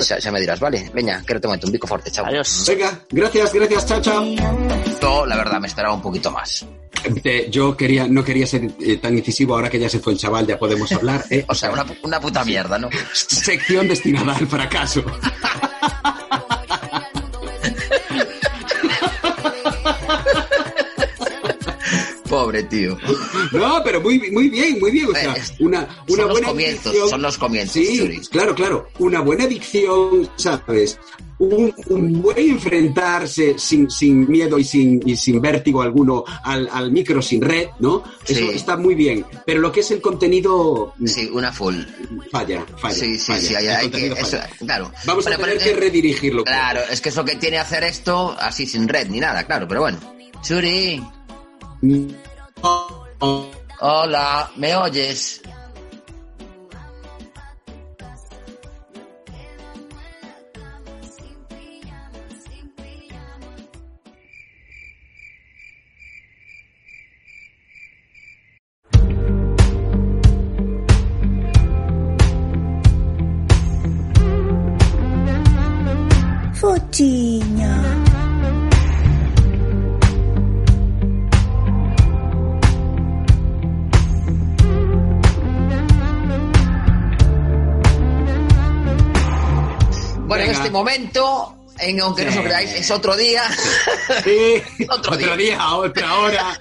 Speaker 5: xa, xa eh, me dirás, vale veña, que momento, un Vico Forte, chao
Speaker 2: Adiós.
Speaker 6: Venga, gracias, gracias, chao, chao.
Speaker 5: Esto, la verdad, me esperaba un poquito más
Speaker 6: Te- yo quería, no quería ser eh, tan incisivo ahora que ya se fue el chaval, ya podemos hablar. ¿eh?
Speaker 5: *laughs* O sea, una, pu- una puta mierda,
Speaker 6: *laughs*
Speaker 5: ¿no?
Speaker 6: Sección destinada al fracaso.
Speaker 5: Pobre tío.
Speaker 6: No, pero muy, muy bien, muy bien. O sea,
Speaker 5: Eh,
Speaker 6: una, una
Speaker 5: son los
Speaker 6: buena
Speaker 5: comienzos,
Speaker 6: dicción-
Speaker 5: son los comienzos,
Speaker 6: Sí,
Speaker 5: Yuri.
Speaker 6: claro, claro. Una buena dicción, ¿sabes? Un, un buen enfrentarse sin, sin miedo y sin, y sin vértigo alguno al, al micro sin red, ¿no? Eso
Speaker 5: Sí.
Speaker 6: está muy bien. Pero lo que es el contenido mm,
Speaker 5: Sí, una full.
Speaker 6: falla, falla.
Speaker 5: Sí, sí,
Speaker 6: falla.
Speaker 5: sí, hay,
Speaker 6: El
Speaker 5: hay que.
Speaker 6: contenido
Speaker 5: eso-
Speaker 6: falla.
Speaker 5: claro.
Speaker 6: Vamos
Speaker 5: Bueno,
Speaker 6: a tener
Speaker 5: pero-
Speaker 6: que redirigirlo.
Speaker 5: Claro, es que es lo que tiene hacer esto así sin red ni nada, claro, pero bueno. Churi,
Speaker 6: Oh, oh.
Speaker 5: hola, ¿me oyes?
Speaker 10: Fotiña.
Speaker 5: Bueno, en
Speaker 6: Venga.
Speaker 5: este momento, en, aunque no os lo
Speaker 6: Sí.
Speaker 5: creáis, es otro día,
Speaker 6: Sí,
Speaker 5: Otro
Speaker 6: otro
Speaker 5: día.
Speaker 6: día. otra hora.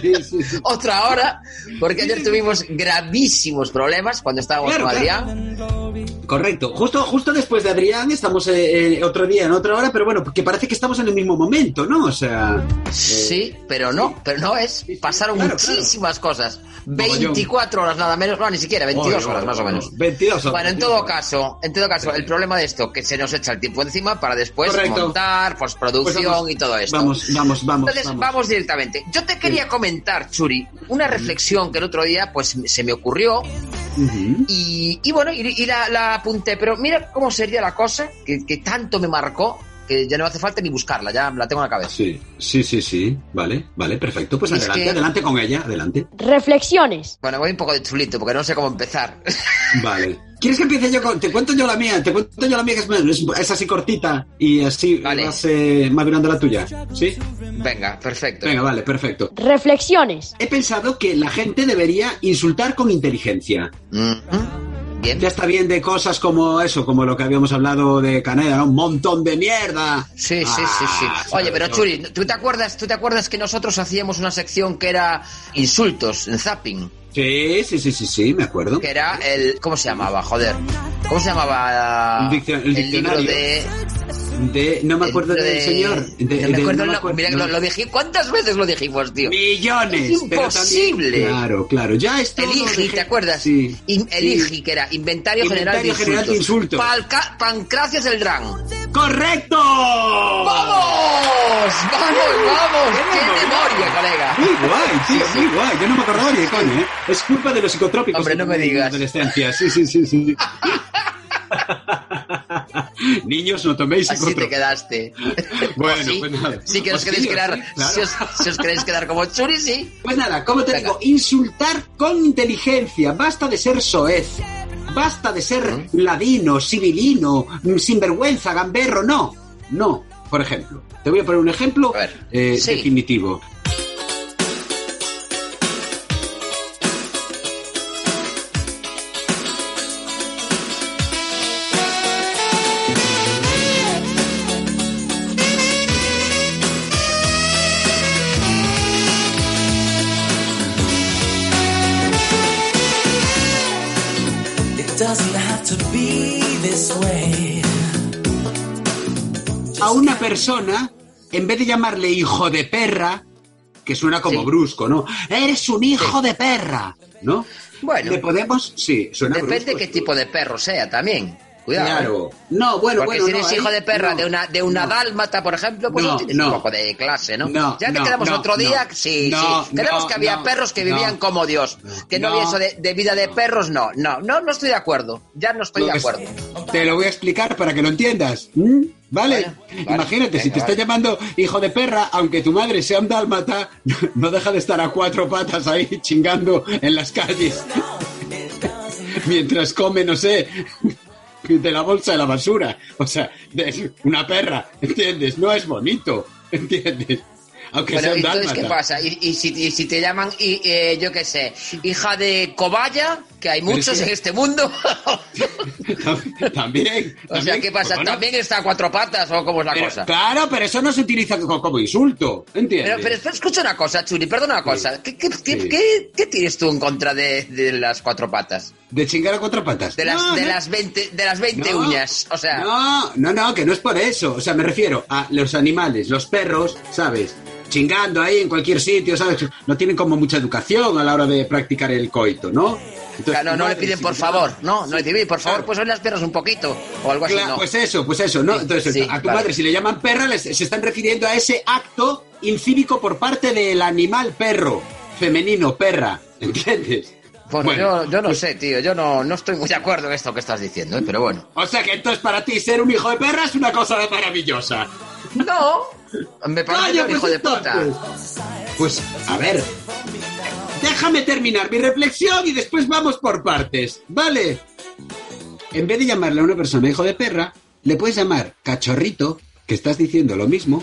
Speaker 6: Sí, sí, sí.
Speaker 5: *laughs* otra hora, porque ayer tuvimos gravísimos problemas cuando estábamos
Speaker 6: Claro,
Speaker 5: con
Speaker 6: claro.
Speaker 5: Adrián.
Speaker 6: Correcto. Justo, justo después de Adrián estamos eh, eh, otro día en otra hora, pero bueno, que parece que estamos en el mismo momento, ¿no? O sea, eh,
Speaker 5: Sí, pero no, pero no es. Pasaron
Speaker 6: claro,
Speaker 5: muchísimas cosas.
Speaker 6: Mogollón.
Speaker 5: 24 horas nada menos, no, ni siquiera, 22
Speaker 6: Oye,
Speaker 5: horas más o
Speaker 6: oye,
Speaker 5: menos.
Speaker 6: 22 horas.
Speaker 5: Bueno, en todo caso, en todo caso, el problema de esto, que se nos echa el tiempo encima para después
Speaker 6: Correcto.
Speaker 5: montar,
Speaker 6: Pues
Speaker 5: postproducción
Speaker 6: vamos,
Speaker 5: y todo esto.
Speaker 6: Vamos, vamos, vamos.
Speaker 5: Entonces, vamos.
Speaker 6: vamos.
Speaker 5: directamente. Yo te quería comentar, Churi, una reflexión que el otro día pues se me ocurrió
Speaker 6: Ujú.
Speaker 5: y, y bueno, y, y la, la apunté, pero mira cómo sería la cosa que, que tanto me marcó que ya no hace falta ni buscarla, ya la tengo en la cabeza.
Speaker 6: Sí, sí, sí, sí. Vale, vale, perfecto. Pues
Speaker 5: Es
Speaker 6: adelante,
Speaker 5: que-
Speaker 6: adelante con ella, adelante.
Speaker 3: Reflexiones.
Speaker 5: Bueno, voy un poco de chulito porque no sé cómo empezar. *laughs*
Speaker 6: Vale. ¿Quieres que empiece yo con.? Te cuento yo la mía, te cuento yo la mía, que es, es- es así cortita y así
Speaker 5: Vale.
Speaker 6: vas eh, madurando la tuya. ¿Sí?
Speaker 5: Venga, perfecto.
Speaker 6: Venga, vale, perfecto.
Speaker 3: Reflexiones.
Speaker 6: He pensado que la gente debería insultar con inteligencia.
Speaker 5: Mm, Bien.
Speaker 6: Ya está bien de cosas como eso, como lo que habíamos hablado de Caneda, ¿no? Un montón de mierda.
Speaker 5: Sí, sí, sí, sí.
Speaker 6: Ah,
Speaker 5: Oye,
Speaker 6: ¿sabes?
Speaker 5: pero
Speaker 6: No.
Speaker 5: Churi, ¿tú te acuerdas, tú te acuerdas que nosotros hacíamos una sección que era insultos en zapping?
Speaker 6: Sí, sí, sí, sí, sí, me acuerdo.
Speaker 5: que era el ¿cómo se llamaba? Joder. ¿Cómo se llamaba
Speaker 6: El diccio- el
Speaker 5: libro
Speaker 6: diccionario.
Speaker 5: de
Speaker 6: De, no me
Speaker 5: el
Speaker 6: acuerdo
Speaker 5: libro
Speaker 6: del
Speaker 5: de-
Speaker 6: señor. De-
Speaker 5: no me
Speaker 6: de-
Speaker 5: acuerdo,
Speaker 6: no
Speaker 5: el
Speaker 6: me
Speaker 5: nombre. Mira,
Speaker 6: acuerdo.
Speaker 5: lo, lo dije, ¿cuántas veces lo dijimos, tío?
Speaker 6: Millones.
Speaker 5: Es
Speaker 6: pero también-
Speaker 5: imposible.
Speaker 6: claro, claro. Ya está.
Speaker 5: El IGI, ¿te acuerdas?
Speaker 6: Sí.
Speaker 5: In- el
Speaker 6: sí.
Speaker 5: IGI, que era Inventario,
Speaker 6: Inventario General de Insultos.
Speaker 5: Palca- Pancracio Celdrán.
Speaker 6: ¡Correcto!
Speaker 5: ¡Vamos! ¡Vamos, vamos! ¡Qué
Speaker 6: Bueno,
Speaker 5: memoria, colega!
Speaker 6: Muy guay, tío,
Speaker 5: Sí, sí.
Speaker 6: muy guay. Yo no me acordaba ni de coño, ¿eh? Es culpa de los psicotrópicos.
Speaker 5: Hombre,
Speaker 6: que
Speaker 5: no me
Speaker 6: tomé en la
Speaker 5: digas.
Speaker 6: Adolescencia. Sí, sí, sí, sí.
Speaker 5: *laughs*
Speaker 6: Niños, no toméis
Speaker 5: Así te
Speaker 6: psicotrópicos.
Speaker 5: quedaste.
Speaker 6: Bueno,
Speaker 5: sí.
Speaker 6: pues nada.
Speaker 5: Si que os
Speaker 6: Pues
Speaker 5: queréis
Speaker 6: sí,
Speaker 5: quedar,
Speaker 6: sí, claro.
Speaker 5: si, os, si os queréis quedar como Churi, sí.
Speaker 6: Pues nada, como te
Speaker 5: Venga.
Speaker 6: digo, insultar con inteligencia. Basta de ser soez. Basta de ser ladino, sibilino, mm, sinvergüenza, gamberro. No, no. Por ejemplo, te voy a poner un ejemplo
Speaker 5: A ver,
Speaker 6: eh,
Speaker 5: sí.
Speaker 6: definitivo.
Speaker 4: It doesn't have to be this way.
Speaker 6: a una persona, en vez de llamarle hijo de perra, que suena como
Speaker 5: Sí.
Speaker 6: brusco, ¿no? Eres un hijo de perra, ¿no?
Speaker 5: Bueno.
Speaker 6: Le podemos, sí, suena
Speaker 5: Depende
Speaker 6: brusco,
Speaker 5: qué
Speaker 6: sí.
Speaker 5: tipo de perro sea también. Cuidado. ¿eh?
Speaker 6: Claro. No, bueno,
Speaker 5: Porque
Speaker 6: bueno.
Speaker 5: si eres
Speaker 6: no,
Speaker 5: hijo
Speaker 6: ahí-
Speaker 5: de perra
Speaker 6: no,
Speaker 5: de una, de una
Speaker 6: no.
Speaker 5: dálmata, por ejemplo, pues
Speaker 6: No,
Speaker 5: no, tienes
Speaker 6: no.
Speaker 5: un poco de clase, ¿no?
Speaker 6: No,
Speaker 5: ya te
Speaker 6: no,
Speaker 5: quedamos
Speaker 6: no,
Speaker 5: otro día,
Speaker 6: no.
Speaker 5: sí,
Speaker 6: No,
Speaker 5: sí. Queremos
Speaker 6: no,
Speaker 5: que había
Speaker 6: no,
Speaker 5: perros que
Speaker 6: no.
Speaker 5: vivían como Dios. Que no,
Speaker 6: No.
Speaker 5: había eso de, de vida de perros, no. No, no, no estoy de acuerdo. Ya no estoy
Speaker 6: Lo
Speaker 5: de
Speaker 6: que-
Speaker 5: acuerdo.
Speaker 6: Te lo voy a explicar para que lo entiendas. ¿Mm? ¿Vale?
Speaker 5: Vale, vale.
Speaker 6: Imagínate, si
Speaker 5: Venga,
Speaker 6: te está
Speaker 5: vale.
Speaker 6: llamando hijo de perra, aunque tu madre sea un dálmata, *laughs* no deja de estar a cuatro patas ahí chingando en las calles. *laughs* Mientras come, no sé, de la bolsa de la basura. O sea, es una perra, ¿entiendes? No es bonito, ¿entiendes? Aunque
Speaker 5: Bueno,
Speaker 6: sea un
Speaker 5: entonces, ¿qué
Speaker 6: dálmata.
Speaker 5: pasa? Y, y si, y si te llaman, y, eh, yo qué sé, hija de cobaya, que hay
Speaker 6: Pero
Speaker 5: muchos
Speaker 6: sí.
Speaker 5: en este mundo. *laughs*
Speaker 6: También, *laughs* también. pues
Speaker 5: o sea, ¿qué pasa?
Speaker 6: Bueno,
Speaker 5: ¿También está a cuatro patas o cómo es la
Speaker 6: pero-
Speaker 5: cosa?
Speaker 6: Claro, pero eso no se utiliza co- como insulto, ¿entiendes?
Speaker 5: Pero, pero espera, escucha una cosa, Churi, perdona una cosa. ¿Qué, qué, qué-
Speaker 6: Sí.
Speaker 5: qué- qué tienes tú en contra de, de las cuatro patas?
Speaker 6: De chingar a cuatro patas.
Speaker 5: De las,
Speaker 6: No,
Speaker 5: de
Speaker 6: no.
Speaker 5: las 20, de las 20
Speaker 6: No,
Speaker 5: uñas. O sea,
Speaker 6: No, no, no, que no es por eso. O sea, me refiero a los animales, los perros, ¿sabes? Chingando ahí en cualquier sitio, ¿sabes? No tienen como mucha educación a la hora de practicar el coito, ¿no?
Speaker 5: o
Speaker 6: Entonces,
Speaker 5: sea, no, no le
Speaker 6: madre,
Speaker 5: piden
Speaker 6: si
Speaker 5: por
Speaker 6: yo-
Speaker 5: favor. No, no le piden, por favor,
Speaker 6: Claro.
Speaker 5: pues son las piernas un poquito. O algo así,
Speaker 6: Claro,
Speaker 5: no.
Speaker 6: Pues eso, pues eso, ¿no?
Speaker 5: Sí,
Speaker 6: Entonces,
Speaker 5: sí,
Speaker 6: a tu
Speaker 5: claro.
Speaker 6: madre, si le llaman perra, les- se están refiriendo a ese acto incívico por parte del animal perro, femenino, perra, ¿entiendes?
Speaker 5: Bueno, Pues
Speaker 6: Bueno, pues
Speaker 5: yo, yo no sé, tío. Yo no, no estoy muy de acuerdo en esto que estás diciendo, ¿eh? pero bueno.
Speaker 6: O sea que entonces para ti ser un hijo de perra es una cosa maravillosa.
Speaker 5: No, me parece
Speaker 6: Coño,
Speaker 5: un
Speaker 6: pues
Speaker 5: hijo de puta.
Speaker 6: entonces. Pues, a ver. Déjame terminar mi reflexión y después vamos por partes, ¿vale? En vez de llamarle a una persona hijo de perra, le puedes llamar cachorrito, que estás diciendo lo mismo,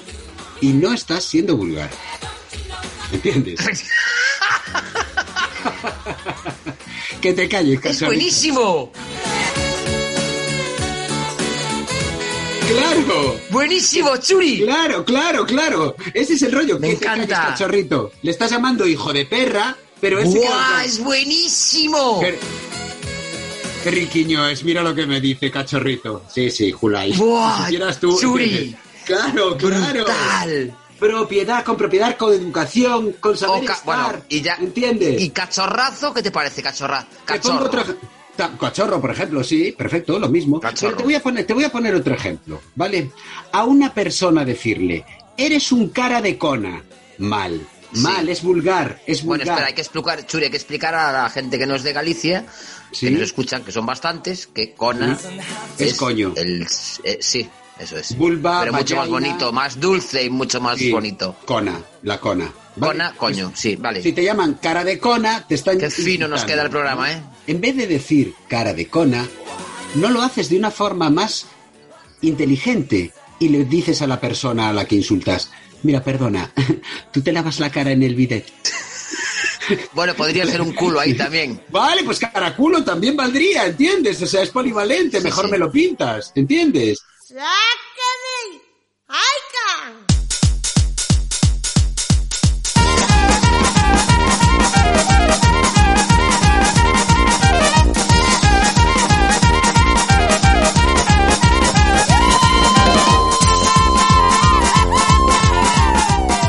Speaker 6: y no estás siendo vulgar. ¿Entiendes?
Speaker 5: *laughs*
Speaker 6: que te calles,
Speaker 5: ¡Es
Speaker 6: cachorrito.
Speaker 5: buenísimo!
Speaker 6: ¡Claro!
Speaker 5: ¡Buenísimo, Churi!
Speaker 6: Claro, claro, claro. Ese es el rollo.
Speaker 5: Me
Speaker 6: que te
Speaker 5: encanta.
Speaker 6: calles, cachorrito. Le estás llamando hijo de perra, pero ese
Speaker 5: ¡Buah,
Speaker 6: que-
Speaker 5: es buenísimo!
Speaker 6: Qué, qué riquiño es, mira lo que me dice, cachorrito. Sí, sí, Julai.
Speaker 5: Buah,
Speaker 6: Si supieras tú,
Speaker 5: Churi.
Speaker 6: ¿entiendes? Claro, claro.
Speaker 5: ¡Brutal!
Speaker 6: Propiedad, con propiedad, con educación, con saber
Speaker 5: O ca-
Speaker 6: estar.
Speaker 5: bueno, y ya.
Speaker 6: ¿Entiendes?
Speaker 5: ¿Y cachorrazo? ¿Qué te parece, cachorrazo?
Speaker 6: Te pongo
Speaker 5: Cachorro.
Speaker 6: otro ej- ta- Cachorro, por ejemplo, sí, perfecto, lo mismo.
Speaker 5: Cachorro.
Speaker 6: Pero te voy, a poner, te voy a poner otro ejemplo, ¿vale? A una persona decirle, eres un cara de cona. Mal.
Speaker 5: Sí.
Speaker 6: Mal, es vulgar, es vulgar.
Speaker 5: Bueno, espera, hay que explicar, Churi, hay que explicar a la gente que no es de Galicia,
Speaker 6: Sí.
Speaker 5: que nos escuchan, que son bastantes, que cona
Speaker 6: Sí. Es coño.
Speaker 5: el- eh, sí, eso es.
Speaker 6: Vulva,
Speaker 5: Pero mucho más
Speaker 6: vagina.
Speaker 5: bonito, más dulce y mucho más
Speaker 6: Sí,
Speaker 5: bonito.
Speaker 6: Cona, la cona. ¿vale?
Speaker 5: Cona, coño, sí, vale.
Speaker 6: Si te llaman cara de cona, te están.
Speaker 5: Qué fino nos
Speaker 6: insultando,
Speaker 5: queda el programa, ¿eh?
Speaker 6: En vez de decir cara de cona, no lo haces de una forma más inteligente y le dices a la persona a la que insultas: Mira, perdona, *laughs* tú te lavas la cara en el bidet.
Speaker 5: Bueno, podría ser un culo ahí también.
Speaker 6: Vale, pues caraculo también valdría, ¿entiendes? O sea, es polivalente,
Speaker 5: Sí,
Speaker 6: mejor
Speaker 5: sí.
Speaker 6: me lo pintas, ¿entiendes?
Speaker 3: ¡Sácame! ¡Aica!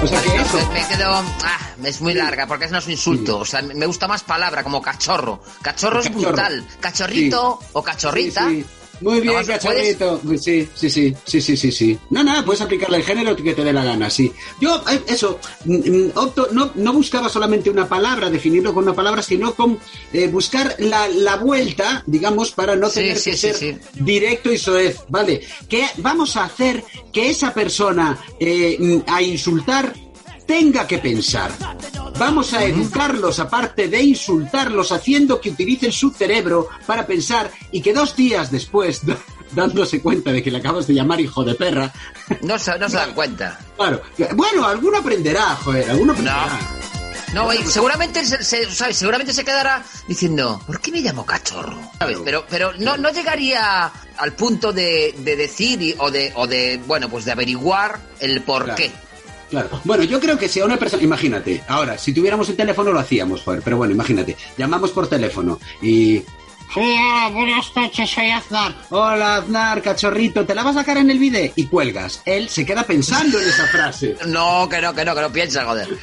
Speaker 6: O sea, que
Speaker 5: No,
Speaker 6: eso.
Speaker 5: me- me quedo. Ah, es muy larga, porque eso no es un insulto. O sea, me gusta más palabra, como cachorro. Cachorro es
Speaker 6: Cachorro.
Speaker 5: brutal. Cachorrito o cachorrita.
Speaker 6: Sí, sí. Muy bien,
Speaker 5: No, ¿puedes?
Speaker 6: cachorrito. Pues Sí, sí, sí, sí, sí, sí, sí. No, nada, puedes aplicarle el género que te dé la gana, sí. Yo, eh, eso, mm, mm, opto, no, no buscaba solamente una palabra, definirlo con una palabra, sino con eh, buscar la, la vuelta, digamos, para no
Speaker 5: Sí,
Speaker 6: tener
Speaker 5: sí,
Speaker 6: que
Speaker 5: sí,
Speaker 6: ser
Speaker 5: sí.
Speaker 6: directo y soez, ¿vale? Que vamos a hacer que esa persona eh, mm, a insultar tenga que pensar. Vamos a educarlos, aparte de insultarlos, haciendo que utilicen su cerebro para pensar y que dos días después, *laughs* dándose cuenta de que le acabas de llamar hijo de perra, *laughs*
Speaker 5: No, se, no se dan cuenta.
Speaker 6: claro, bueno, alguno aprenderá, joder, alguno aprenderá.
Speaker 5: No, y seguramente se, se- ¿sabes? seguramente se quedará diciendo, ¿por qué me llamo cachorro? ¿Sabes? Pero, pero no, no llegaría al punto de, de decir y- o de, o de, bueno, pues de averiguar el por
Speaker 6: Claro.
Speaker 5: qué.
Speaker 6: Claro. Bueno, yo creo que si a una persona, imagínate, ahora, si tuviéramos el teléfono lo hacíamos, joder, pero bueno, imagínate, llamamos por teléfono y... Sí, hola, buenas noches, soy Aznar. Hola, Aznar, cachorrito, te lavas la cara en el vídeo y cuelgas. Él se queda pensando en esa frase,
Speaker 5: No, que no, que no, que no piensa, joder.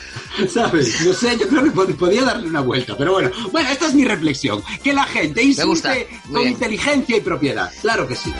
Speaker 6: ¿sabes? No sé, yo creo que pod- podía darle una vuelta, pero bueno. Bueno, esta es mi reflexión, que la gente
Speaker 5: gusta,
Speaker 6: insulte
Speaker 5: muy
Speaker 6: con
Speaker 5: bien.
Speaker 6: inteligencia y propiedad, claro que sí.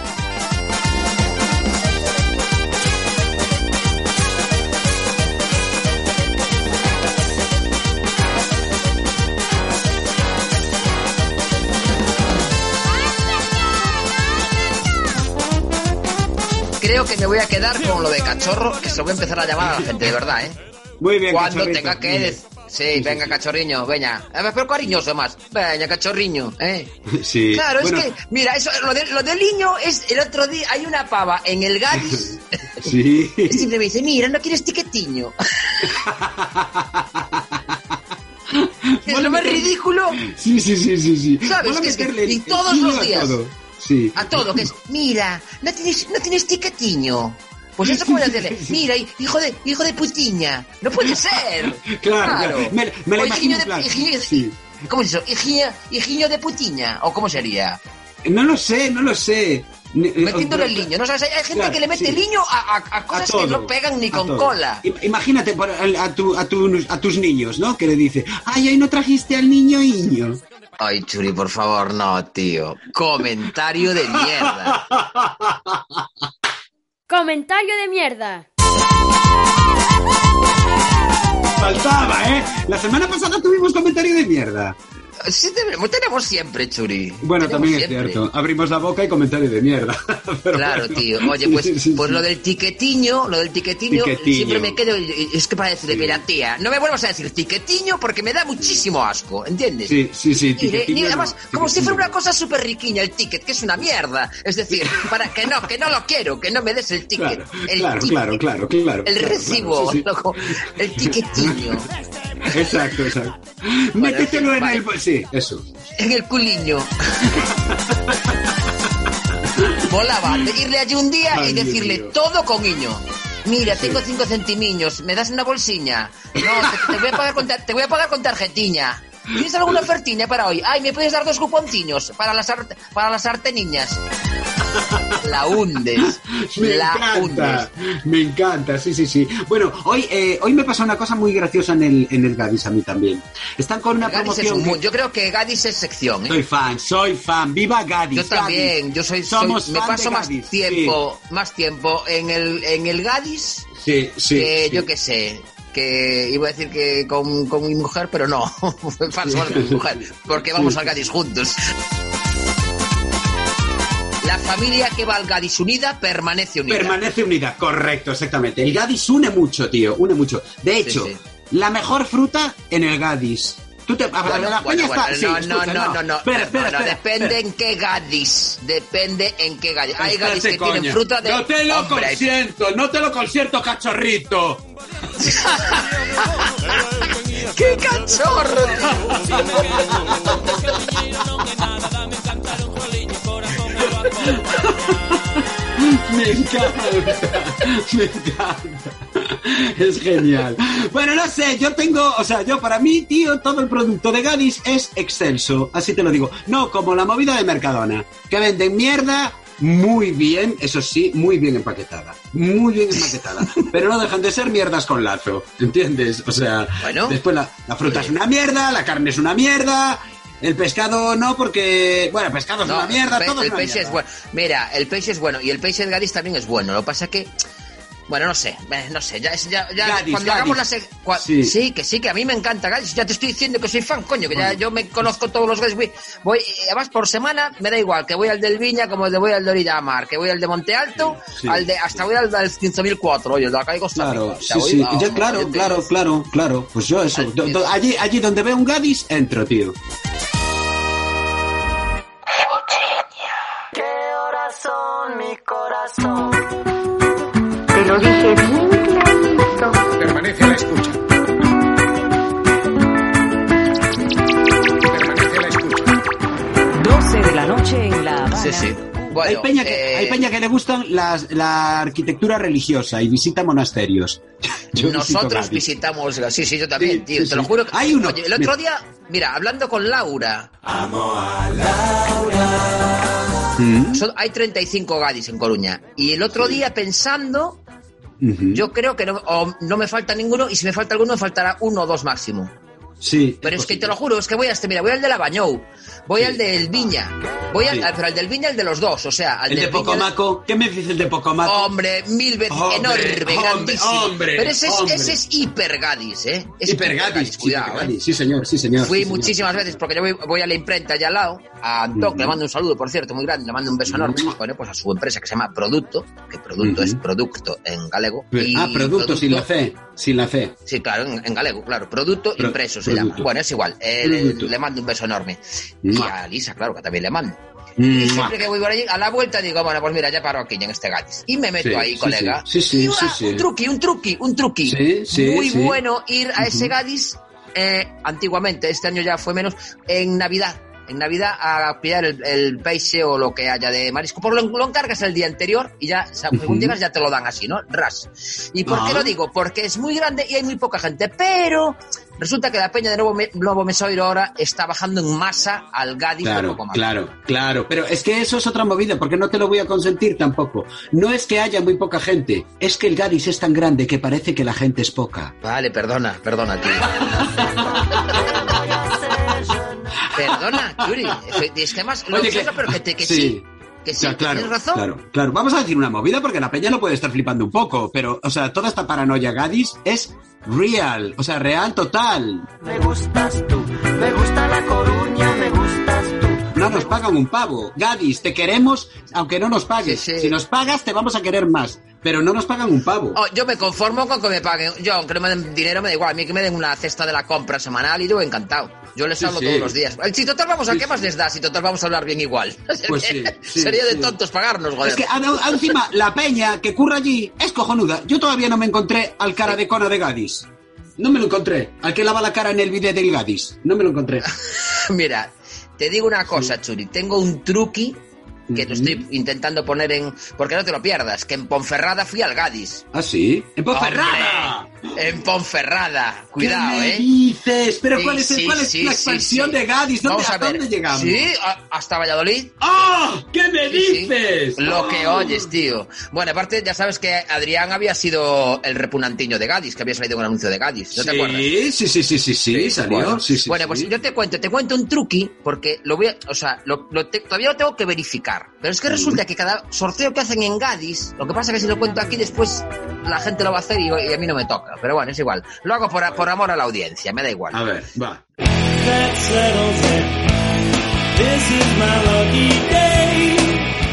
Speaker 5: Creo que me voy a quedar con lo de cachorro, que se lo voy a empezar a llamar a la gente, de verdad, ¿eh?
Speaker 6: Muy bien,
Speaker 5: Cuando
Speaker 6: cachorrito,
Speaker 5: tenga
Speaker 6: muy
Speaker 5: que...
Speaker 6: bien.
Speaker 5: dec- Sí, venga, cachorriño, venga. A ver, pero cariñoso más. Venga, cachorriño, ¿eh?
Speaker 6: Sí.
Speaker 5: Claro,
Speaker 6: Bueno, *laughs*
Speaker 5: es que, mira, eso, lo, de- lo del niño es el otro día, hay una pava en el Gadis
Speaker 6: *laughs* Sí.
Speaker 5: *laughs* y siempre me dice, mira, no quieres tiquetiño. *laughs* *laughs* es lo más ridículo.
Speaker 6: Sí, sí, sí, sí. sí.
Speaker 5: ¿Sabes?
Speaker 6: Mola
Speaker 5: Que es que-
Speaker 6: meterle
Speaker 5: y
Speaker 6: el
Speaker 5: todos
Speaker 6: culo
Speaker 5: los
Speaker 6: a
Speaker 5: días.
Speaker 6: todo. Sí.
Speaker 5: A todo, que es, mira, no tienes, no tienes tiquetiño. Pues eso como decirle, mira, hijo de, hijo de putiña, no puede ser.
Speaker 6: *laughs* Claro, claro. Me, me la
Speaker 5: O hijiño
Speaker 6: imagino en
Speaker 5: de,
Speaker 6: plan.
Speaker 5: hijiño-
Speaker 6: Sí.
Speaker 5: ¿Cómo es eso? Hijiño, hijiño de putiña, o cómo sería.
Speaker 6: No lo sé, no lo sé. Ne- eh,
Speaker 5: Metiéndole
Speaker 6: os-
Speaker 5: el niño, ¿no? sabes? hay gente
Speaker 6: Claro,
Speaker 5: que le mete
Speaker 6: sí.
Speaker 5: el niño a, a- a cosas que
Speaker 6: todo,
Speaker 5: no pegan ni
Speaker 6: a
Speaker 5: con
Speaker 6: todo.
Speaker 5: cola.
Speaker 6: I- Imagínate por- a, a tu- a tu- a tus niños, ¿no? Que le dice, ay, hoy no trajiste al niño niño. *laughs*
Speaker 5: Ay, Churi, por favor, no, tío. Comentario de *laughs* mierda.
Speaker 3: Comentario de mierda.
Speaker 6: Faltaba, ¿eh? La semana pasada tuvimos comentario de mierda.
Speaker 5: Sí, tenemos, tenemos siempre, Churi.
Speaker 6: Bueno,
Speaker 5: Tenemos
Speaker 6: también es
Speaker 5: siempre.
Speaker 6: cierto. Abrimos la boca y comentario de mierda. *laughs* Pero
Speaker 5: Claro,
Speaker 6: bueno.
Speaker 5: tío. Oye,
Speaker 6: Sí,
Speaker 5: pues,
Speaker 6: *laughs* sí, sí,
Speaker 5: pues
Speaker 6: sí.
Speaker 5: lo del tiquetiño, lo del tiquetiño,
Speaker 6: Tiquetiño.
Speaker 5: siempre me quedo. Es que para decirle, mira, tía, no me vuelvas a decir tiquetiño porque me da muchísimo asco, ¿entiendes?
Speaker 6: Sí, sí, sí.
Speaker 5: Y, le- y
Speaker 6: tiquetiño
Speaker 5: además,
Speaker 6: no,
Speaker 5: como si
Speaker 6: tiquetiño
Speaker 5: fuera una
Speaker 6: no.
Speaker 5: cosa súper riquiña el ticket, que es una mierda. Es
Speaker 6: *laughs*
Speaker 5: decir, para que no, que no lo quiero, que no me des el ticket.
Speaker 6: Claro,
Speaker 5: el
Speaker 6: claro,
Speaker 5: ticket,
Speaker 6: claro, claro, claro.
Speaker 5: El
Speaker 6: claro,
Speaker 5: recibo,
Speaker 6: claro, sí, sí.
Speaker 5: loco, el tiquetiño,
Speaker 6: *laughs* Exacto, exacto. Métetelo en
Speaker 5: vale.
Speaker 6: el... bo- Sí, eso.
Speaker 5: en el culiño. Volaba, de irle allí un día
Speaker 6: Ay,
Speaker 5: y
Speaker 6: Dios
Speaker 5: decirle
Speaker 6: mío.
Speaker 5: todo con niño. Mira, tengo cinco centimiños, ¿me das una bolsiña? No, te, te voy a pagar con, tar- te voy a pagar con tarjetiña. ¿Tienes alguna ofertiña para hoy? Ay, ¿me puedes dar dos cuponciños para las, arte- para las arteniñas? La hundes.
Speaker 6: Me
Speaker 5: la hundes.
Speaker 6: encanta, me encanta, sí, sí, sí. Bueno, hoy, eh, hoy me pasó una cosa muy graciosa en el, en el Gadis a mí también. Están con una
Speaker 5: Gadis es
Speaker 6: promoción...
Speaker 5: un
Speaker 6: que-
Speaker 5: mu- Yo creo que Gadis es sección, ¿eh?
Speaker 6: Soy fan, soy fan. ¡Viva Gadis!
Speaker 5: Yo también,
Speaker 6: Gadis.
Speaker 5: yo soy, soy-
Speaker 6: Somos
Speaker 5: me
Speaker 6: fan de
Speaker 5: paso más
Speaker 6: Gadis,
Speaker 5: tiempo, más tiempo en el en el Gadis
Speaker 6: Sí, sí, sí,
Speaker 5: que
Speaker 6: sí.
Speaker 5: yo qué sé, que iba a decir que con, con mi mujer, pero no, *laughs* fue falso con mi mujer, porque vamos al Gadis juntos. La familia que va al Gadis unida permanece unida.
Speaker 6: Permanece unida, correcto, exactamente. El Gadis une mucho, tío, une mucho. De hecho,
Speaker 5: sí.
Speaker 6: la mejor fruta en el Gadis. Tú te... a- a-
Speaker 5: Bueno,
Speaker 6: la
Speaker 5: bueno,
Speaker 6: peña
Speaker 5: bueno,
Speaker 6: está- sí,
Speaker 5: no, no,
Speaker 6: escucha,
Speaker 5: no, no, no,
Speaker 6: Espera,
Speaker 5: no,
Speaker 6: espera,
Speaker 5: no,
Speaker 6: espera,
Speaker 5: depende
Speaker 6: espera.
Speaker 5: en qué gadis, depende en qué gadis. Hay
Speaker 6: Espérate,
Speaker 5: gadis que
Speaker 6: coño.
Speaker 5: tienen fruta de...
Speaker 6: No te lo
Speaker 5: Hombre, hay
Speaker 6: consiento, no te lo consiento, cachorrito.
Speaker 5: ¡Qué cachorro!
Speaker 6: Me encanta, *laughs* me encanta. Es genial. Bueno, no sé, yo tengo, o sea, yo para mí, tío, todo el producto de Gadis es excelso, así te lo digo. No como la movida de Mercadona, que venden mierda muy bien, eso sí, muy bien empaquetada. Muy bien
Speaker 5: *laughs*
Speaker 6: empaquetada. pero no dejan de ser mierdas con lazo, ¿entiendes? O sea,
Speaker 5: Bueno.
Speaker 6: después la, la fruta es una mierda, la carne es una mierda. El pescado no, porque. Bueno, el pescado es
Speaker 5: No,
Speaker 6: una mierda,
Speaker 5: pe-
Speaker 6: todo es
Speaker 5: el
Speaker 6: una
Speaker 5: peixe
Speaker 6: mierda.
Speaker 5: es bueno. Mira, el peixe es bueno y el peixe de Gadis también es bueno. Lo que pasa que, bueno, no sé, eh, no sé. Ya, es- ya, ya
Speaker 6: Gadis,
Speaker 5: cuando hagamos la
Speaker 6: Gadis.
Speaker 5: sec- cua-
Speaker 6: Sí.
Speaker 5: sí. que sí, que a mí me encanta Gadis. Ya te estoy diciendo que soy fan, coño, que ya yo me conozco todos los Gadis. Voy, voy, eh, además por semana me da igual que voy al del Viña como de voy al de Orillamar, que voy al de Monte Alto,
Speaker 6: sí,
Speaker 5: al de hasta voy al del 15.004, oye, de acá de Costa
Speaker 6: Claro,
Speaker 5: Rica.
Speaker 6: sí,
Speaker 5: Ya voy,
Speaker 6: sí.
Speaker 5: vamos,
Speaker 6: Ya, claro,
Speaker 5: yo te-
Speaker 6: claro, claro, claro. Pues yo eso. Do- do- allí, allí donde veo un Gadis, entro, tío.
Speaker 9: Permanece a la escucha. Permanece a la escucha.
Speaker 4: 12 de la noche en La Habana.
Speaker 5: Sí, sí. Bueno,
Speaker 6: hay, peña que,
Speaker 5: eh,
Speaker 6: hay peña que le gustan las, la arquitectura religiosa y visita monasterios. *laughs* Yo visito
Speaker 5: Nosotros
Speaker 6: Gadis.
Speaker 5: visitamos. Sí, sí, yo también,
Speaker 6: Sí,
Speaker 5: tío.
Speaker 6: sí,
Speaker 5: te lo
Speaker 6: sí.
Speaker 5: juro.
Speaker 6: Hay uno,
Speaker 5: Oye, el otro
Speaker 6: mira.
Speaker 5: día, mira, hablando con Laura. Amo a Laura. hay 35 gadis en Coruña. Y el otro día pensando,
Speaker 6: Ujú.
Speaker 5: yo creo que no, o no me falta ninguno. Y si me falta alguno, me faltará uno o dos máximo.
Speaker 6: Sí.
Speaker 5: Pero es que te
Speaker 6: posible.
Speaker 5: lo juro, es que voy a este. Mira, voy al de la Bañou. Voy
Speaker 6: Sí.
Speaker 5: al del Viña. Voy al,
Speaker 6: Sí.
Speaker 5: al- pero al del Viña, el de Oh, los dos. O sea, al
Speaker 6: El
Speaker 5: del
Speaker 6: de
Speaker 5: Viña-
Speaker 6: Pocomaco. ¿Qué me dices del de Pocomaco?
Speaker 5: Hombre, mil veces
Speaker 6: Hombre,
Speaker 5: enorme,
Speaker 6: hombre,
Speaker 5: grandísimo.
Speaker 6: hombre,
Speaker 5: Pero ese es,
Speaker 6: hombre.
Speaker 5: ese es hipergadis, ¿eh? Es
Speaker 6: Hipergadis.
Speaker 5: cuidado,
Speaker 6: Hipergadis,
Speaker 5: ¿eh?
Speaker 6: Sí, señor, sí, señor.
Speaker 5: Fui
Speaker 6: sí, señor.
Speaker 5: muchísimas veces porque yo voy, voy a la imprenta allá al lado, a Antoc,
Speaker 6: Ujú.
Speaker 5: le mando un saludo, por cierto, muy grande, le mando un beso enorme, bueno, pues a su empresa que se llama Producto, que Producto
Speaker 6: Ujú.
Speaker 5: es Producto en galego. y
Speaker 6: Ah, producto sin la C. Sin la C.
Speaker 5: Sí, claro, en, en galego, claro. Producto
Speaker 6: Pro-
Speaker 5: impreso se
Speaker 6: producto.
Speaker 5: llama. Bueno, es igual. eh, le,
Speaker 6: Producto.
Speaker 5: le mando un beso enorme. Y
Speaker 6: Mua.
Speaker 5: a Lisa, claro, que también le mando. Y siempre que voy por allí, a la vuelta digo, bueno, pues mira, ya paro aquí en este gatis. Y me meto
Speaker 6: Sí,
Speaker 5: ahí,
Speaker 6: sí,
Speaker 5: colega.
Speaker 6: sí. Sí, sí,
Speaker 5: y va,
Speaker 6: sí, sí.
Speaker 5: Un truqui, un truqui, un truqui.
Speaker 6: Sí, sí,
Speaker 5: Muy
Speaker 6: sí.
Speaker 5: bueno ir a ese gadis eh, antiguamente, este año ya fue menos, en Navidad. En Navidad a pillar el, el peixe o lo que haya de marisco. Por lo, lo encargas el día anterior y ya, o sea, según
Speaker 6: Ujú.
Speaker 5: llegas, ya te lo dan así, ¿no? Ras. ¿Y por qué
Speaker 6: Ah.
Speaker 5: lo digo? Porque es muy grande y hay muy poca gente. Pero resulta que la peña de Nuevo, Me- Nuevo Mesoiro ahora está bajando en masa al Gadis un
Speaker 6: Claro,
Speaker 5: poco más.
Speaker 6: claro, claro. Pero es que eso es otra movida, porque no te lo voy a consentir tampoco. No es que haya muy poca gente, es que el Gadis es tan grande que parece que la gente es poca.
Speaker 5: Vale, perdona, perdona, tío. perdona, Yuri. Efe- Es que más, lo
Speaker 6: Oye,
Speaker 5: siento,
Speaker 6: que-
Speaker 5: pero que, te, que sí.
Speaker 6: sí.
Speaker 5: que Eh, sí,
Speaker 6: Ya,
Speaker 5: que
Speaker 6: claro,
Speaker 5: tienes razón.
Speaker 6: claro, claro. Vamos a decir una movida porque la peña lo puede estar flipando un poco, pero, o sea, toda esta paranoia Gadis es real, o sea, real total.
Speaker 4: Me gustas tú, me gusta la Coruña, me gustas tú.
Speaker 6: No nos pagan un pavo. Gadis, te queremos aunque no nos pagues.
Speaker 5: Sí, sí.
Speaker 6: Si nos pagas, te vamos a querer más, pero no nos pagan un pavo.
Speaker 5: Oh, yo me conformo con que me paguen. Yo, aunque no me den dinero, me da igual. A mí que me den una cesta de la compra semanal y yo encantado. Yo les
Speaker 6: Sí,
Speaker 5: hablo
Speaker 6: sí.
Speaker 5: todos los días. Si total vamos a
Speaker 6: Sí,
Speaker 5: qué más les da, si total vamos a hablar bien igual.
Speaker 6: Pues sí,
Speaker 5: *laughs*
Speaker 6: sí,
Speaker 5: Sería de
Speaker 6: sí.
Speaker 5: tontos pagarnos, joder.
Speaker 6: Es que ah. ahora- ahora encima la peña que curra allí es cojonuda. Yo todavía no me encontré al cara de cono de Gadis. No me lo encontré. Al que lava la cara en el vídeo del Gadis. No me lo encontré.
Speaker 5: Mira, te digo una cosa, Churi. Tengo un truqui que te
Speaker 6: Ujú.
Speaker 5: estoy intentando poner en. Porque no te lo pierdas. Que en Ponferrada fui al Gadis.
Speaker 6: ¿Ah, sí? ¡En Ponferrada!
Speaker 5: ¡Hombre! En Ponferrada. Cuidado,
Speaker 6: ¿Qué me
Speaker 5: ¿eh?
Speaker 6: dices? ¿Pero
Speaker 5: Sí,
Speaker 6: cuál es,
Speaker 5: sí,
Speaker 6: cuál es
Speaker 5: sí,
Speaker 6: la
Speaker 5: sí,
Speaker 6: expansión
Speaker 5: sí.
Speaker 6: de Gadis? ¿Dónde,
Speaker 5: Vamos a
Speaker 6: ¿Hasta
Speaker 5: ver.
Speaker 6: dónde llegamos?
Speaker 5: Sí, a- hasta Valladolid.
Speaker 6: ¡Ah! ¿Qué me
Speaker 5: Sí, sí.
Speaker 6: dices?
Speaker 5: Lo que
Speaker 6: ¡Ah!
Speaker 5: oyes, tío. Bueno, aparte, ya sabes que Adrián había sido el repunantiño de Gadis, que había salido en un anuncio de Gadis. ¿No te acuerdas?
Speaker 6: Sí, sí, sí, sí, sí, sí, salió.
Speaker 5: Bueno,
Speaker 6: sí, sí,
Speaker 5: bueno,
Speaker 6: sí.
Speaker 5: pues yo te cuento, te cuento un truqui, porque lo voy a, o sea, lo, lo te- todavía lo tengo que verificar. Pero es que resulta que cada sorteo que hacen en Gadis, lo que pasa es que si lo cuento aquí después la gente lo va a hacer y, y a mí no me toca. Pero bueno, es igual. Lo hago por, a- por amor a la audiencia, me da igual.
Speaker 6: A ver, va.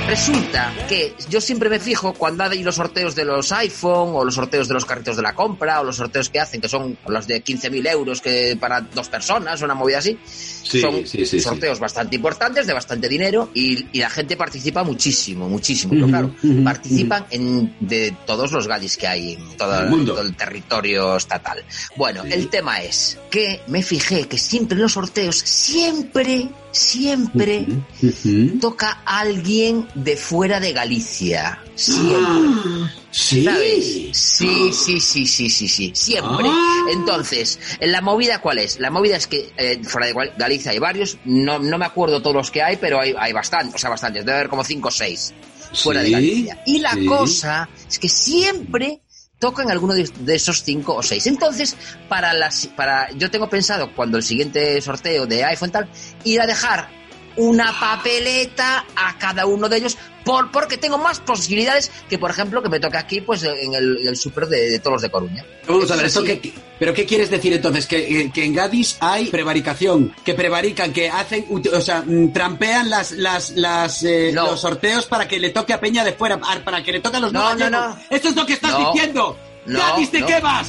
Speaker 5: Resulta que yo siempre me fijo cuando hay los sorteos de los iPhone o los sorteos de los carritos de la compra o los sorteos que hacen, que son los de 15.000 euros que para dos personas, una movida así.
Speaker 6: Sí,
Speaker 5: son
Speaker 6: sí, sí, sí.
Speaker 5: sorteos bastante importantes, de bastante dinero y, y la gente participa muchísimo, muchísimo. Pero
Speaker 6: Ujú,
Speaker 5: claro,
Speaker 6: ujú,
Speaker 5: participan en, de todos los gadis que hay en todo
Speaker 6: El
Speaker 5: el,
Speaker 6: mundo.
Speaker 5: todo el territorio estatal. Bueno,
Speaker 6: Sí.
Speaker 5: el tema es que me fijé que siempre en los sorteos, siempre, siempre
Speaker 6: Ujú.
Speaker 5: toca a alguien de fuera de Galicia. Siempre.
Speaker 6: Ah, sí.
Speaker 5: ¿Sabes? Sí, sí, sí, sí, sí, sí. Siempre.
Speaker 6: Ah.
Speaker 5: Entonces, ¿la movida cuál es? La movida es que eh, fuera de Gal- Galicia hay varios. No, no me acuerdo todos los que hay, pero hay, hay bastantes. O sea, bastantes. Debe haber como cinco o seis fuera de
Speaker 6: Sí,
Speaker 5: Galicia. Y la
Speaker 6: sí.
Speaker 5: cosa es que siempre tocan alguno de, de esos cinco o seis. Entonces, para las, para, yo tengo pensado cuando el siguiente sorteo de iPhone tal, ir a dejar una papeleta a cada uno de ellos por, porque tengo más posibilidades que, por ejemplo, que me toque aquí pues en el, en el super de, de todos los de Coruña.
Speaker 6: Vamos a ver,
Speaker 5: Eso
Speaker 6: ¿esto
Speaker 5: sí.
Speaker 6: qué- ¿pero qué quieres decir entonces? Que, que en Gadis hay prevaricación, que prevarican, que hacen, ut- o sea, mm, trampean las, las, las, eh,
Speaker 5: No.
Speaker 6: los sorteos para que le toque a Peña de fuera, a- para que le toque a los
Speaker 5: No,
Speaker 6: no,
Speaker 5: no,
Speaker 6: gallegos.
Speaker 5: no.
Speaker 6: ¡Esto es lo que estás
Speaker 5: No.
Speaker 6: diciendo!
Speaker 5: No,
Speaker 6: ¡Gadis, te
Speaker 5: no.
Speaker 6: quemas!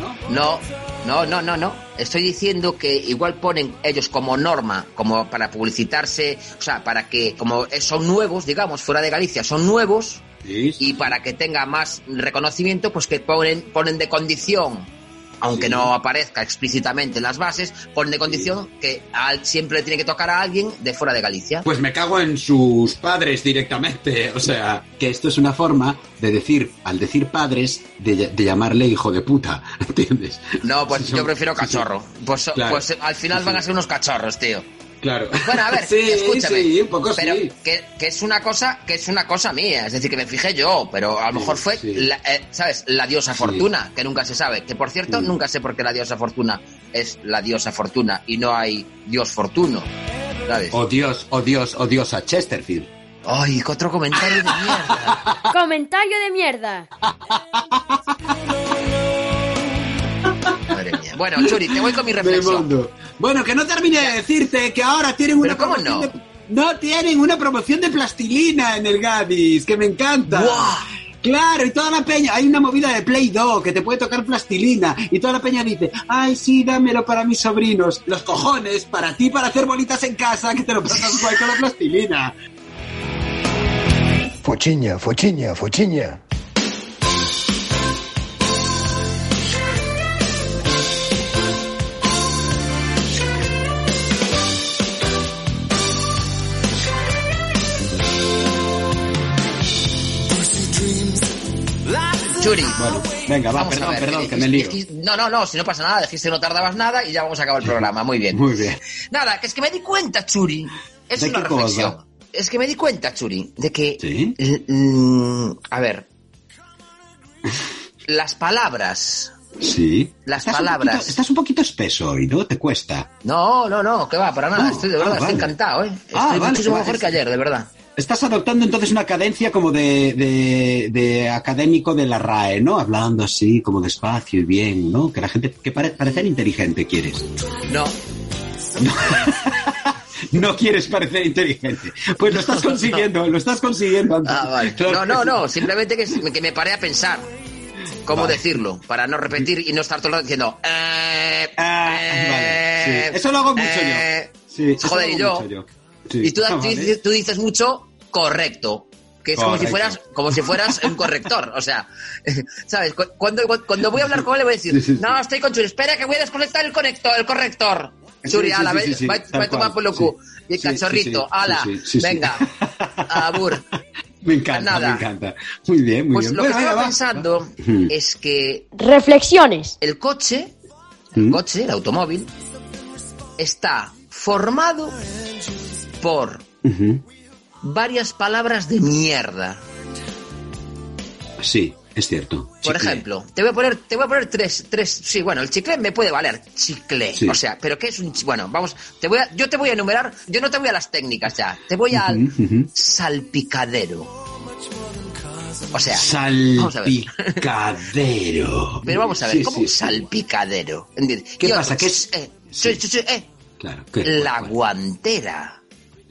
Speaker 6: ¿No?
Speaker 5: No, no, no, no, no. Estoy diciendo que igual ponen ellos como norma, como para publicitarse, o sea, para que, como son nuevos, digamos, fuera de Galicia, son nuevos, y para que tenga más reconocimiento, pues que ponen, ponen de condición, aunque
Speaker 6: Sí.
Speaker 5: no aparezca explícitamente en las bases, ponen de condición que al- siempre le tiene que tocar a alguien de fuera de Galicia.
Speaker 6: Pues me cago en sus padres directamente. O sea, que esto es una forma de decir, al decir padres, de, de llamarle hijo de puta. *laughs* ¿Entiendes?
Speaker 5: No, pues
Speaker 6: Sí,
Speaker 5: yo
Speaker 6: son-
Speaker 5: prefiero
Speaker 6: sí, son-
Speaker 5: cachorro. Pues, so-
Speaker 6: Claro.
Speaker 5: pues al final van a ser unos cachorros, tío.
Speaker 6: Claro.
Speaker 5: Bueno, a ver,
Speaker 6: *laughs* sí,
Speaker 5: escúchame.
Speaker 6: Sí, un poco
Speaker 5: pero
Speaker 6: sí.
Speaker 5: que, que es una cosa, que es una cosa mía, es decir, que me fijé yo, pero a lo
Speaker 6: Sí,
Speaker 5: mejor fue
Speaker 6: sí.
Speaker 5: la, eh, ¿sabes? La diosa
Speaker 6: Sí.
Speaker 5: fortuna, que nunca se sabe. Que por cierto,
Speaker 6: Sí.
Speaker 5: nunca sé por qué la diosa fortuna es la diosa fortuna y no hay dios fortuno. ¿Sabes?
Speaker 6: Oh Dios, oh Dios, oh Dios a Chesterfield.
Speaker 5: Ay, que otro comentario de mierda.
Speaker 3: Comentario de mierda.
Speaker 5: Madre mía. Bueno, Churi, te voy con mi reflexión.
Speaker 6: Remondo. Bueno, que no termine de decirte que ahora tienen una
Speaker 5: ¿cómo
Speaker 6: promoción
Speaker 5: no?
Speaker 6: de- no tienen una promoción de plastilina en el Gadis, que me encanta.
Speaker 5: ¡Buah!
Speaker 6: Claro, y toda la peña, hay una movida de Play Doh que te puede tocar plastilina y toda la peña dice, ay sí, dámelo para mis sobrinos, los cojones, para ti, para hacer bolitas en casa, que te lo pasas igual con
Speaker 5: *laughs*
Speaker 6: la plastilina.
Speaker 10: Fochiña, fochiña, fochiña.
Speaker 5: Churi.
Speaker 6: Bueno, venga, va,
Speaker 5: Vamos a
Speaker 6: perdón,
Speaker 5: ver,
Speaker 6: perdón,
Speaker 5: eh,
Speaker 6: que me
Speaker 5: eh,
Speaker 6: lío.
Speaker 5: eh, No, no, no, si no pasa nada, dijiste que no tardabas nada y ya vamos a acabar el programa, muy bien.
Speaker 6: Muy bien.
Speaker 5: Nada, que es que me di cuenta, Churi, es
Speaker 6: ¿De
Speaker 5: una
Speaker 6: qué cosa?
Speaker 5: reflexión. Es que me di cuenta, Churi, de que,
Speaker 6: ¿Sí?
Speaker 5: l- mm, a
Speaker 6: *laughs*
Speaker 5: ver, las palabras,
Speaker 6: Sí.
Speaker 5: Las
Speaker 6: un
Speaker 5: palabras.
Speaker 6: poquito- estás un poquito espeso hoy, ¿no? Te cuesta.
Speaker 5: no, no, no, que va, para nada,
Speaker 6: No,
Speaker 5: estoy de
Speaker 6: ah,
Speaker 5: verdad,
Speaker 6: vale.
Speaker 5: estoy encantado, ¿eh? Estoy
Speaker 6: Ah, vale,
Speaker 5: muchísimo
Speaker 6: vale.
Speaker 5: mejor que ayer, de verdad.
Speaker 6: Estás adoptando entonces una cadencia como de, de- de académico de la RAE, ¿no? Hablando así, como despacio y bien, ¿no? Que la gente, que pare- parecer inteligente quieres.
Speaker 5: No,
Speaker 6: No quieres parecer inteligente. Pues
Speaker 5: *laughs*
Speaker 6: lo estás consiguiendo, lo estás consiguiendo. Antonio.
Speaker 5: ah, vale.
Speaker 6: *laughs*
Speaker 5: No,
Speaker 6: Claro que
Speaker 5: no,
Speaker 6: sí.
Speaker 5: no, simplemente que, que me paré a pensar cómo
Speaker 6: Vale.
Speaker 5: decirlo, para no repetir y no estar todo el rato diciendo... Eh,
Speaker 6: Ah,
Speaker 5: eh,
Speaker 6: vale, sí. Eso lo hago mucho
Speaker 5: eh,
Speaker 6: yo. Sí, eso
Speaker 5: Joder,
Speaker 6: lo
Speaker 5: y
Speaker 6: hago
Speaker 5: yo...
Speaker 6: mucho yo. Sí. *laughs*
Speaker 5: Y tú,
Speaker 6: Ah,
Speaker 5: tú
Speaker 6: vale.
Speaker 5: dices, tú dices mucho correcto. Que es como si
Speaker 6: Correcto.
Speaker 5: fueras, como si fueras un corrector. O sea, *laughs* ¿sabes? Cu- Cuando, cuando voy a hablar con él, le voy a decir,
Speaker 6: Sí, sí, sí.
Speaker 5: no, estoy con Churi, espera que voy a desconectar el conector, el corrector.
Speaker 6: Sí,
Speaker 5: Churi,
Speaker 6: sí,
Speaker 5: ala,
Speaker 6: sí,
Speaker 5: ve-
Speaker 6: sí, sí,
Speaker 5: va,
Speaker 6: tal
Speaker 5: va a tomar
Speaker 6: cual,
Speaker 5: por lo cu.
Speaker 6: sí.
Speaker 5: Y el
Speaker 6: Sí, sí,
Speaker 5: cachorrito,
Speaker 6: sí,
Speaker 5: ala,
Speaker 6: sí, sí, sí. *laughs*
Speaker 5: venga, abur.
Speaker 6: Me encanta,
Speaker 5: Nada.
Speaker 6: me encanta. Muy bien, muy
Speaker 5: Pues
Speaker 6: bien.
Speaker 5: lo que
Speaker 6: Bueno, venga,
Speaker 5: estaba
Speaker 6: va.
Speaker 5: pensando
Speaker 6: Ujú.
Speaker 5: es que
Speaker 3: Reflexiones.
Speaker 5: el coche, el
Speaker 6: Mm.
Speaker 5: coche, el automóvil, está formado por
Speaker 6: Ujú.
Speaker 5: varias palabras de mierda.
Speaker 6: Sí, es cierto.
Speaker 5: Por
Speaker 6: Chicle.
Speaker 5: ejemplo, te voy a poner, te voy a poner tres, tres, sí, bueno, el chicle me puede valer, chicle,
Speaker 6: Sí.
Speaker 5: o sea, pero qué es un, chi- bueno, vamos, te voy a, yo te voy a enumerar, yo no te voy a las técnicas ya, te voy al
Speaker 6: Ujú, ujú.
Speaker 5: salpicadero, o sea, vamos a ver.
Speaker 6: Salpicadero.
Speaker 5: *laughs* pero vamos a ver,
Speaker 6: Sí,
Speaker 5: ¿cómo
Speaker 6: sí,
Speaker 5: un
Speaker 6: sí.
Speaker 5: salpicadero? ¿Entiendes?
Speaker 6: ¿Qué
Speaker 5: Y
Speaker 6: pasa?
Speaker 5: otro,
Speaker 6: ¿Qué es?
Speaker 5: eh,
Speaker 6: Sí.
Speaker 5: sí, sí, sí, eh,
Speaker 6: Claro, ¿qué?
Speaker 5: la
Speaker 6: ¿Cuál?
Speaker 5: guantera,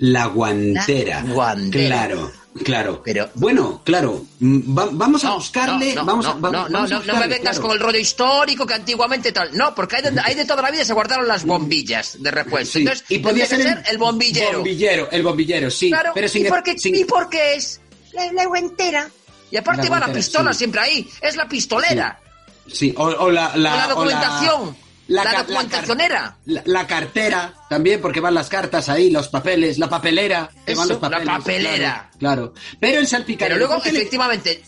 Speaker 6: La guantera.
Speaker 5: La guantera.
Speaker 6: Claro, claro.
Speaker 5: Pero-
Speaker 6: bueno, claro. mm, va- vamos a
Speaker 5: No,
Speaker 6: buscarle.
Speaker 5: no, no,
Speaker 6: vamos a-
Speaker 5: no,
Speaker 6: va-
Speaker 5: no, no,
Speaker 6: vamos a
Speaker 5: no, no me
Speaker 6: buscarle,
Speaker 5: vengas
Speaker 6: claro.
Speaker 5: con el rollo histórico que antiguamente tal. No, porque hay de, hay de toda la vida se guardaron las bombillas de repuesto.
Speaker 6: Sí,
Speaker 5: Pues Entonces,
Speaker 6: y podía ser
Speaker 5: tendría que el bombillero.
Speaker 6: bombillero, el bombillero, sí.
Speaker 5: claro,
Speaker 6: pero sin
Speaker 5: y,
Speaker 6: el-
Speaker 5: porque,
Speaker 6: sin-
Speaker 5: y porque es la, la guantera. Y aparte
Speaker 6: La
Speaker 5: va la
Speaker 6: guantera,
Speaker 5: pistola
Speaker 6: sí.
Speaker 5: siempre ahí. Es la pistolera.
Speaker 6: Sí, o, o la,
Speaker 5: O
Speaker 6: la,
Speaker 5: la documentación. La,
Speaker 6: ca-
Speaker 5: documentacionera.
Speaker 6: La, la cartera también, porque van las cartas ahí, los papeles, la papelera. que
Speaker 5: Eso,
Speaker 6: van los
Speaker 5: la
Speaker 6: papeles,
Speaker 5: papelera.
Speaker 6: Claro, claro. Pero el salpicadero.
Speaker 5: pero luego,
Speaker 6: ¿por qué le-
Speaker 5: efectivamente...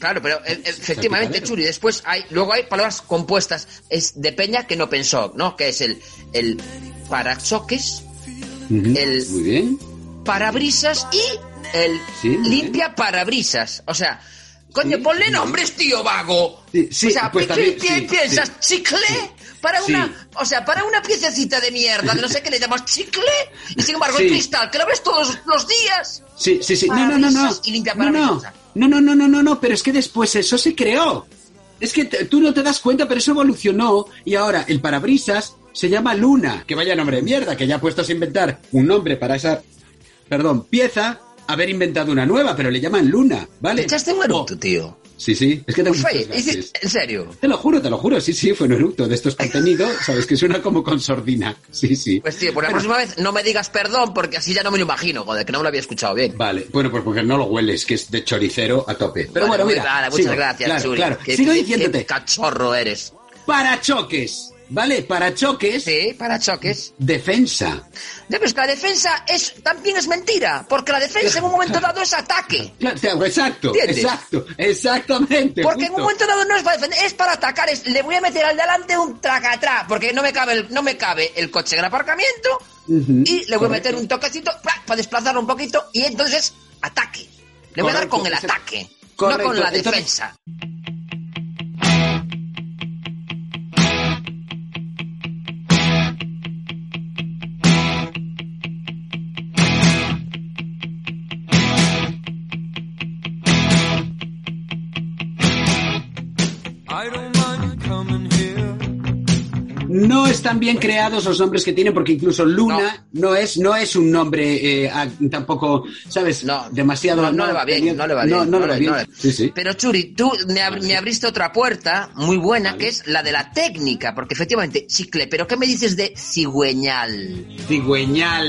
Speaker 5: Claro, pero e- efectivamente,
Speaker 6: picadero.
Speaker 5: Churi, después hay, luego hay palabras compuestas es de Peña que no pensó, ¿no? Que es el, el parachoques,
Speaker 6: Ujú,
Speaker 5: el-
Speaker 6: Muy bien.
Speaker 5: parabrisas y el
Speaker 6: Sí, muy
Speaker 5: limpia parabrisas. O sea, coño,
Speaker 6: Sí,
Speaker 5: ponle
Speaker 6: sí.
Speaker 5: nombres, tío vago.
Speaker 6: Sí, sí,
Speaker 5: o sea,
Speaker 6: pues
Speaker 5: ¿qué-
Speaker 6: también,
Speaker 5: qué
Speaker 6: sí,
Speaker 5: piensas?
Speaker 6: sí.
Speaker 5: ¿Chicle?
Speaker 6: Sí.
Speaker 5: Para
Speaker 6: Sí.
Speaker 5: una, o sea, para una piececita de mierda, de no sé qué le llamas chicle, y sin embargo el
Speaker 6: Sí.
Speaker 5: cristal, que lo ves todos los días.
Speaker 6: Sí, sí, sí. No, no, no, no.
Speaker 5: Parabrisas y limpia
Speaker 6: no, no.
Speaker 5: parabrisas.
Speaker 6: no, no, no, no, no, no, pero es que después eso se creó. Es que te- tú no te das cuenta, pero eso evolucionó y ahora el parabrisas se llama Luna. Que vaya nombre de mierda, que ya puestos a inventar un nombre para esa, perdón, pieza, haber inventado una nueva, pero le llaman Luna, ¿vale? Oh,
Speaker 5: Te echaste un eructo, tío.
Speaker 6: Sí, sí, es que tengo
Speaker 5: Fue,
Speaker 6: muchos
Speaker 5: es-
Speaker 6: gases.
Speaker 5: en serio.
Speaker 6: Te lo juro, te lo juro, sí, sí, fue un eructo de estos contenidos, sabes que suena como con sordina. Sí, sí.
Speaker 5: Pues tío, por la próxima vez no me digas perdón, porque así ya no me lo imagino, joder, que no me lo había escuchado bien.
Speaker 6: Vale, bueno, pues porque no lo hueles, que es de choricero a tope. Pero
Speaker 5: Vale,
Speaker 6: bueno,
Speaker 5: muy
Speaker 6: mira.
Speaker 5: rara, muchas
Speaker 6: sigo,
Speaker 5: gracias,
Speaker 6: claro,
Speaker 5: Churi.
Speaker 6: Claro,
Speaker 5: Qué-
Speaker 6: sigo
Speaker 5: qué-
Speaker 6: diciéndote,
Speaker 5: Qué cachorro eres.
Speaker 6: parachoques, ¿vale? Parachoques,
Speaker 5: Sí, para choques.
Speaker 6: defensa.
Speaker 5: Ya, pero es que la defensa es, también es mentira, porque la defensa en un momento dado es
Speaker 6: *laughs*
Speaker 5: ataque.
Speaker 6: Claro, o sea, exacto,
Speaker 5: ¿Entiendes?
Speaker 6: exacto, exactamente.
Speaker 5: Porque en
Speaker 6: justo.
Speaker 5: un momento dado no es para defender, es para atacar. es, le voy a meter al delante un tracatrá, porque no me cabe el, no me cabe el coche en el aparcamiento,
Speaker 6: Ujú,
Speaker 5: y le voy a meter
Speaker 6: correcto.
Speaker 5: un toquecito para desplazarlo un poquito, y entonces ataque. Le voy a dar
Speaker 6: Correcto,
Speaker 5: con el
Speaker 6: ese-
Speaker 5: ataque, no
Speaker 6: correcto,
Speaker 5: con la
Speaker 6: entonces-
Speaker 5: defensa.
Speaker 6: No están bien creados los nombres que tienen, porque incluso Luna no, es, no es un nombre eh, a- tampoco, ¿sabes? demasiado.
Speaker 5: No, no le va bien,
Speaker 6: tenía-
Speaker 5: no le va bien,
Speaker 6: No, no le va bien.
Speaker 5: no le-
Speaker 6: Sí, sí.
Speaker 5: Pero Churi, tú me, ab- me abriste otra puerta muy buena, que es la de la técnica, porque efectivamente, chicle, pero ¿qué me dices de cigüeñal?
Speaker 6: Cigüeñal.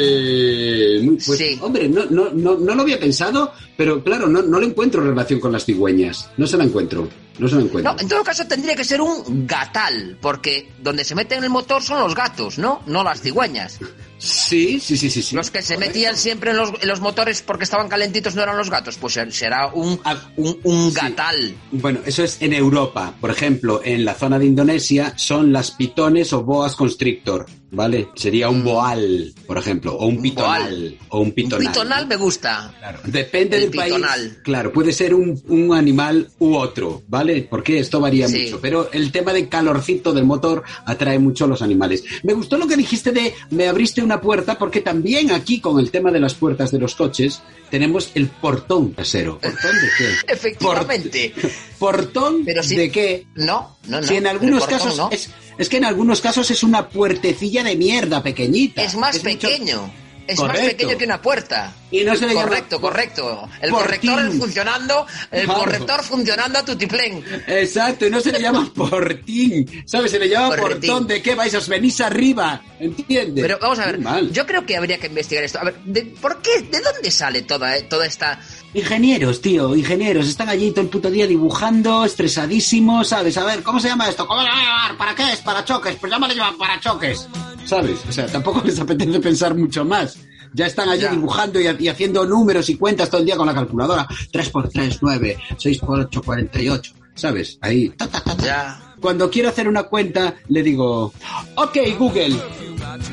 Speaker 6: Muy- Pues, Hombre, no, no, no, no lo había pensado, pero claro, no, no le encuentro relación con las cigüeñas. No se la encuentro. No se la encuentro.
Speaker 5: No, en todo caso tendría que ser un gatal, porque donde se meten el motor son los gatos, ¿no? No las cigüeñas.
Speaker 6: Sí, sí, sí, sí.
Speaker 5: Los que se metían siempre en los, en los motores porque estaban calentitos no eran los gatos, pues ser- será un,
Speaker 6: Ah,
Speaker 5: un, un gatal.
Speaker 6: Bueno, eso es en Europa. Por ejemplo, en la zona de Indonesia son las pitones o boas constrictor, ¿vale? Sería
Speaker 5: Mm.
Speaker 6: un boal, por ejemplo, o un pitonal, o un pitonal.
Speaker 5: Pitonal me gusta.
Speaker 6: Depende
Speaker 5: El
Speaker 6: del país.
Speaker 5: pitonal.
Speaker 6: Claro, puede ser un, un animal u otro, ¿vale? Porque esto varía
Speaker 5: Sí.
Speaker 6: mucho. Pero el tema del calorcito del motor atrae mucho a los animales. Me gustó lo que dijiste de me abriste una puerta, porque también aquí con el tema de las puertas de los coches tenemos el
Speaker 5: *laughs*
Speaker 6: portón trasero. ¿Portón de qué? *laughs*
Speaker 5: Efectivamente.
Speaker 6: portón de qué
Speaker 5: no no no
Speaker 6: si en
Speaker 5: el
Speaker 6: algunos
Speaker 5: portón
Speaker 6: casos
Speaker 5: no.
Speaker 6: es, es que en algunos casos es una puertecilla de mierda pequeñita
Speaker 5: Es más
Speaker 6: mucho-
Speaker 5: pequeño. Es más
Speaker 6: Correcto.
Speaker 5: pequeño que una puerta.
Speaker 6: Y no se le llama-
Speaker 5: correcto, correcto. El
Speaker 6: Portín.
Speaker 5: corrector funcionando, el
Speaker 6: Claro.
Speaker 5: corrector funcionando a tutiplén.
Speaker 6: exacto y no se le llama portín sabes se le llama
Speaker 5: Portín.
Speaker 6: portón de qué vais os venís arriba entiendes
Speaker 5: Pero vamos a ver,
Speaker 6: Muy mal.
Speaker 5: yo creo que habría que investigar esto. A ver, ¿de, ¿por qué? ¿De dónde sale toda, eh, toda esta...?
Speaker 6: Ingenieros, tío, ingenieros, están allí todo el puto día dibujando, estresadísimos, ¿sabes? A ver, ¿cómo se llama esto? ¿Cómo lo voy a llamar? ¿Para qué es? ¿Para choques? Pues llámale llevan para choques, ¿sabes? O sea, tampoco *laughs* les apetece pensar mucho más. Ya están allí dibujando y, y haciendo números y cuentas todo el día con la calculadora. 3 por 3, 9, 6 por 8, 48, ¿sabes? Ahí. ta, ta, ta, ta. Cuando quiero hacer una cuenta, le digo, ok, Google,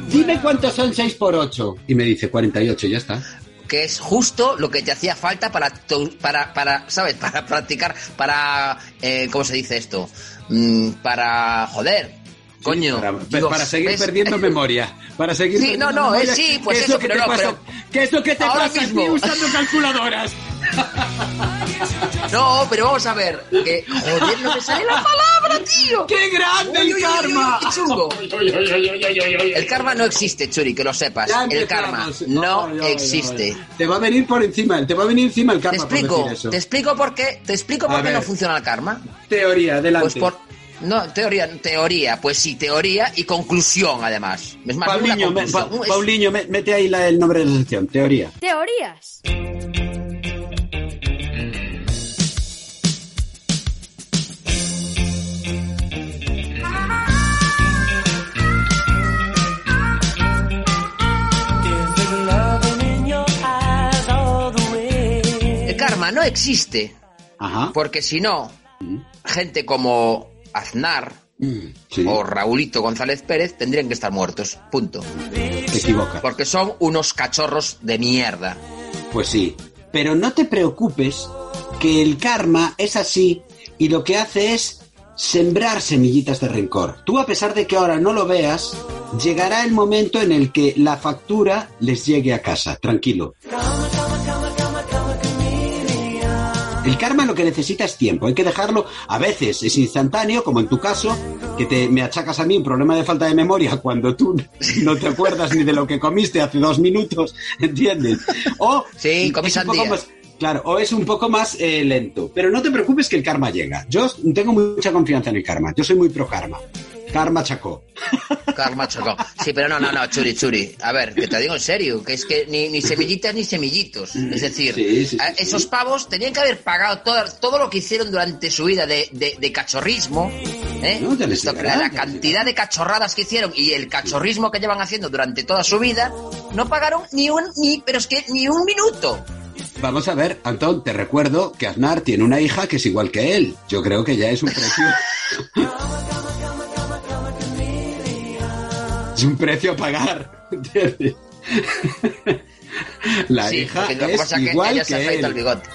Speaker 6: dime cuántos son 6 por 8. Y me dice 48, ya está.
Speaker 5: Que es justo lo que te hacía falta para, tu- para, para ¿sabes? *laughs* Para practicar, para... eh, ¿Cómo se dice esto? Mm, para... Joder, coño.
Speaker 6: Para,
Speaker 5: Dios,
Speaker 6: para seguir
Speaker 5: ¿ves?
Speaker 6: perdiendo memoria. Para seguir
Speaker 5: Sí,
Speaker 6: perdiendo
Speaker 5: no, no,
Speaker 6: memoria.
Speaker 5: eh, sí,
Speaker 6: ¿Qué
Speaker 5: pues
Speaker 6: es
Speaker 5: eso,
Speaker 6: lo que
Speaker 5: pero
Speaker 6: te
Speaker 5: no,
Speaker 6: pasa?
Speaker 5: pero-
Speaker 6: ¿Qué es lo que te
Speaker 5: Ahora
Speaker 6: pasa
Speaker 5: mismo.
Speaker 6: ni usando
Speaker 5: *laughs*
Speaker 6: calculadoras?
Speaker 5: *laughs* No, pero vamos a ver. Que, joder, no me sale la palabra, tío.
Speaker 6: ¡Qué grande el karma!
Speaker 5: ¡Qué
Speaker 6: *laughs*
Speaker 5: chungo! El karma no existe, Churi, que lo sepas.
Speaker 6: Ya
Speaker 5: El
Speaker 6: empezamos.
Speaker 5: karma
Speaker 6: No,
Speaker 5: no,
Speaker 6: ya, ya, ya.
Speaker 5: existe.
Speaker 6: Te va a venir por encima, te va a venir encima el
Speaker 5: Te
Speaker 6: karma por
Speaker 5: explico,
Speaker 6: decir eso.
Speaker 5: te explico por qué, te explico por
Speaker 6: A
Speaker 5: qué no
Speaker 6: ver.
Speaker 5: funciona el karma.
Speaker 6: Teoría, adelante.
Speaker 5: Pues por no, teoría, teoría, pues sí, teoría y conclusión además. Es más,
Speaker 6: Paulinho,
Speaker 5: una
Speaker 6: me-
Speaker 5: conclusión.
Speaker 6: Pa-
Speaker 5: Es-
Speaker 6: Paulinho, me- mete ahí la- el nombre de la sección, teoría.
Speaker 3: Teorías.
Speaker 5: El karma no existe. Porque si no,
Speaker 6: Mm.
Speaker 5: gente como Aznar o Raulito González Pérez tendrían que estar muertos. Punto.
Speaker 6: Te equivocas.
Speaker 5: Porque son unos cachorros de mierda.
Speaker 6: Pues sí. Pero no te preocupes que el karma es así y lo que hace es sembrar semillitas de rencor. Tú a pesar de que ahora no lo veas, llegará el momento en el que la factura les llegue a casa, tranquilo. El karma lo que necesita es tiempo, hay que dejarlo, a veces es instantáneo, como en tu caso, que te, me achacas a mí un problema de falta de memoria *laughs* cuando tú no te acuerdas ni de lo que comiste hace dos minutos, ¿entiendes? O
Speaker 5: Sí, comí
Speaker 6: es un poco
Speaker 5: sandía.
Speaker 6: más- claro, o es un poco más eh, lento, pero no te preocupes que el karma llega. Yo tengo mucha confianza en el karma, yo soy muy pro karma. Karma chacó.
Speaker 5: Karma chocó. Sí, pero no, no, no, churi, churi. A ver, que te digo en serio, que es que ni, ni semillitas ni semillitos. Es decir, a- esos pavos tenían que haber pagado todo, todo lo que hicieron durante su vida de, de- de cachorrismo. ¿eh?
Speaker 6: No, ya les
Speaker 5: Esto,
Speaker 6: llegará,
Speaker 5: la
Speaker 6: ya les
Speaker 5: cantidad de cachorradas que hicieron y el cachorrismo que llevan haciendo durante toda su vida, no pagaron ni un, ni, pero es que ni un minuto.
Speaker 6: Vamos a ver, Antón, te recuerdo que Aznar tiene una hija que es igual que él. Yo creo que ya es
Speaker 5: *laughs*
Speaker 6: un precio. es un precio a pagar. ¿entiendes? La
Speaker 5: Sí,
Speaker 6: hija
Speaker 5: porque lo que
Speaker 6: es
Speaker 5: pasa es que
Speaker 6: igual
Speaker 5: ella
Speaker 6: que
Speaker 5: se afeita
Speaker 6: él.
Speaker 5: el bigote.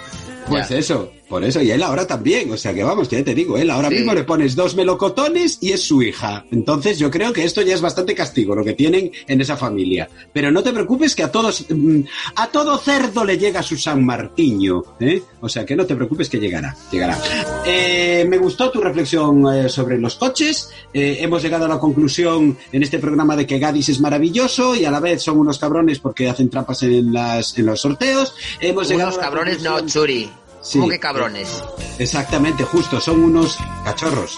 Speaker 6: Pues
Speaker 5: Ya.
Speaker 6: eso. Por eso, y él ahora también, o sea que vamos, que ya te digo, él ahora mismo le pones dos melocotones y es su hija. Entonces yo creo que esto ya es bastante castigo lo que tienen en esa familia. Pero no te preocupes que a todos, mm, a todo cerdo le llega su San Martiño, ¿eh? O sea que no te preocupes que llegará, llegará. Eh, me gustó tu reflexión eh, sobre los coches. Eh, hemos llegado a la conclusión en este programa de que Gadis es maravilloso y a la vez son unos cabrones porque hacen trampas en, las, en los sorteos. Hemos llegado
Speaker 5: Unos
Speaker 6: a la
Speaker 5: cabrones, no,
Speaker 6: conclusión-
Speaker 5: Churi.
Speaker 6: Sí. eh,
Speaker 5: ¿Cómo que cabrones?
Speaker 6: Exactamente, justo, son unos
Speaker 5: *laughs*
Speaker 6: cachorros.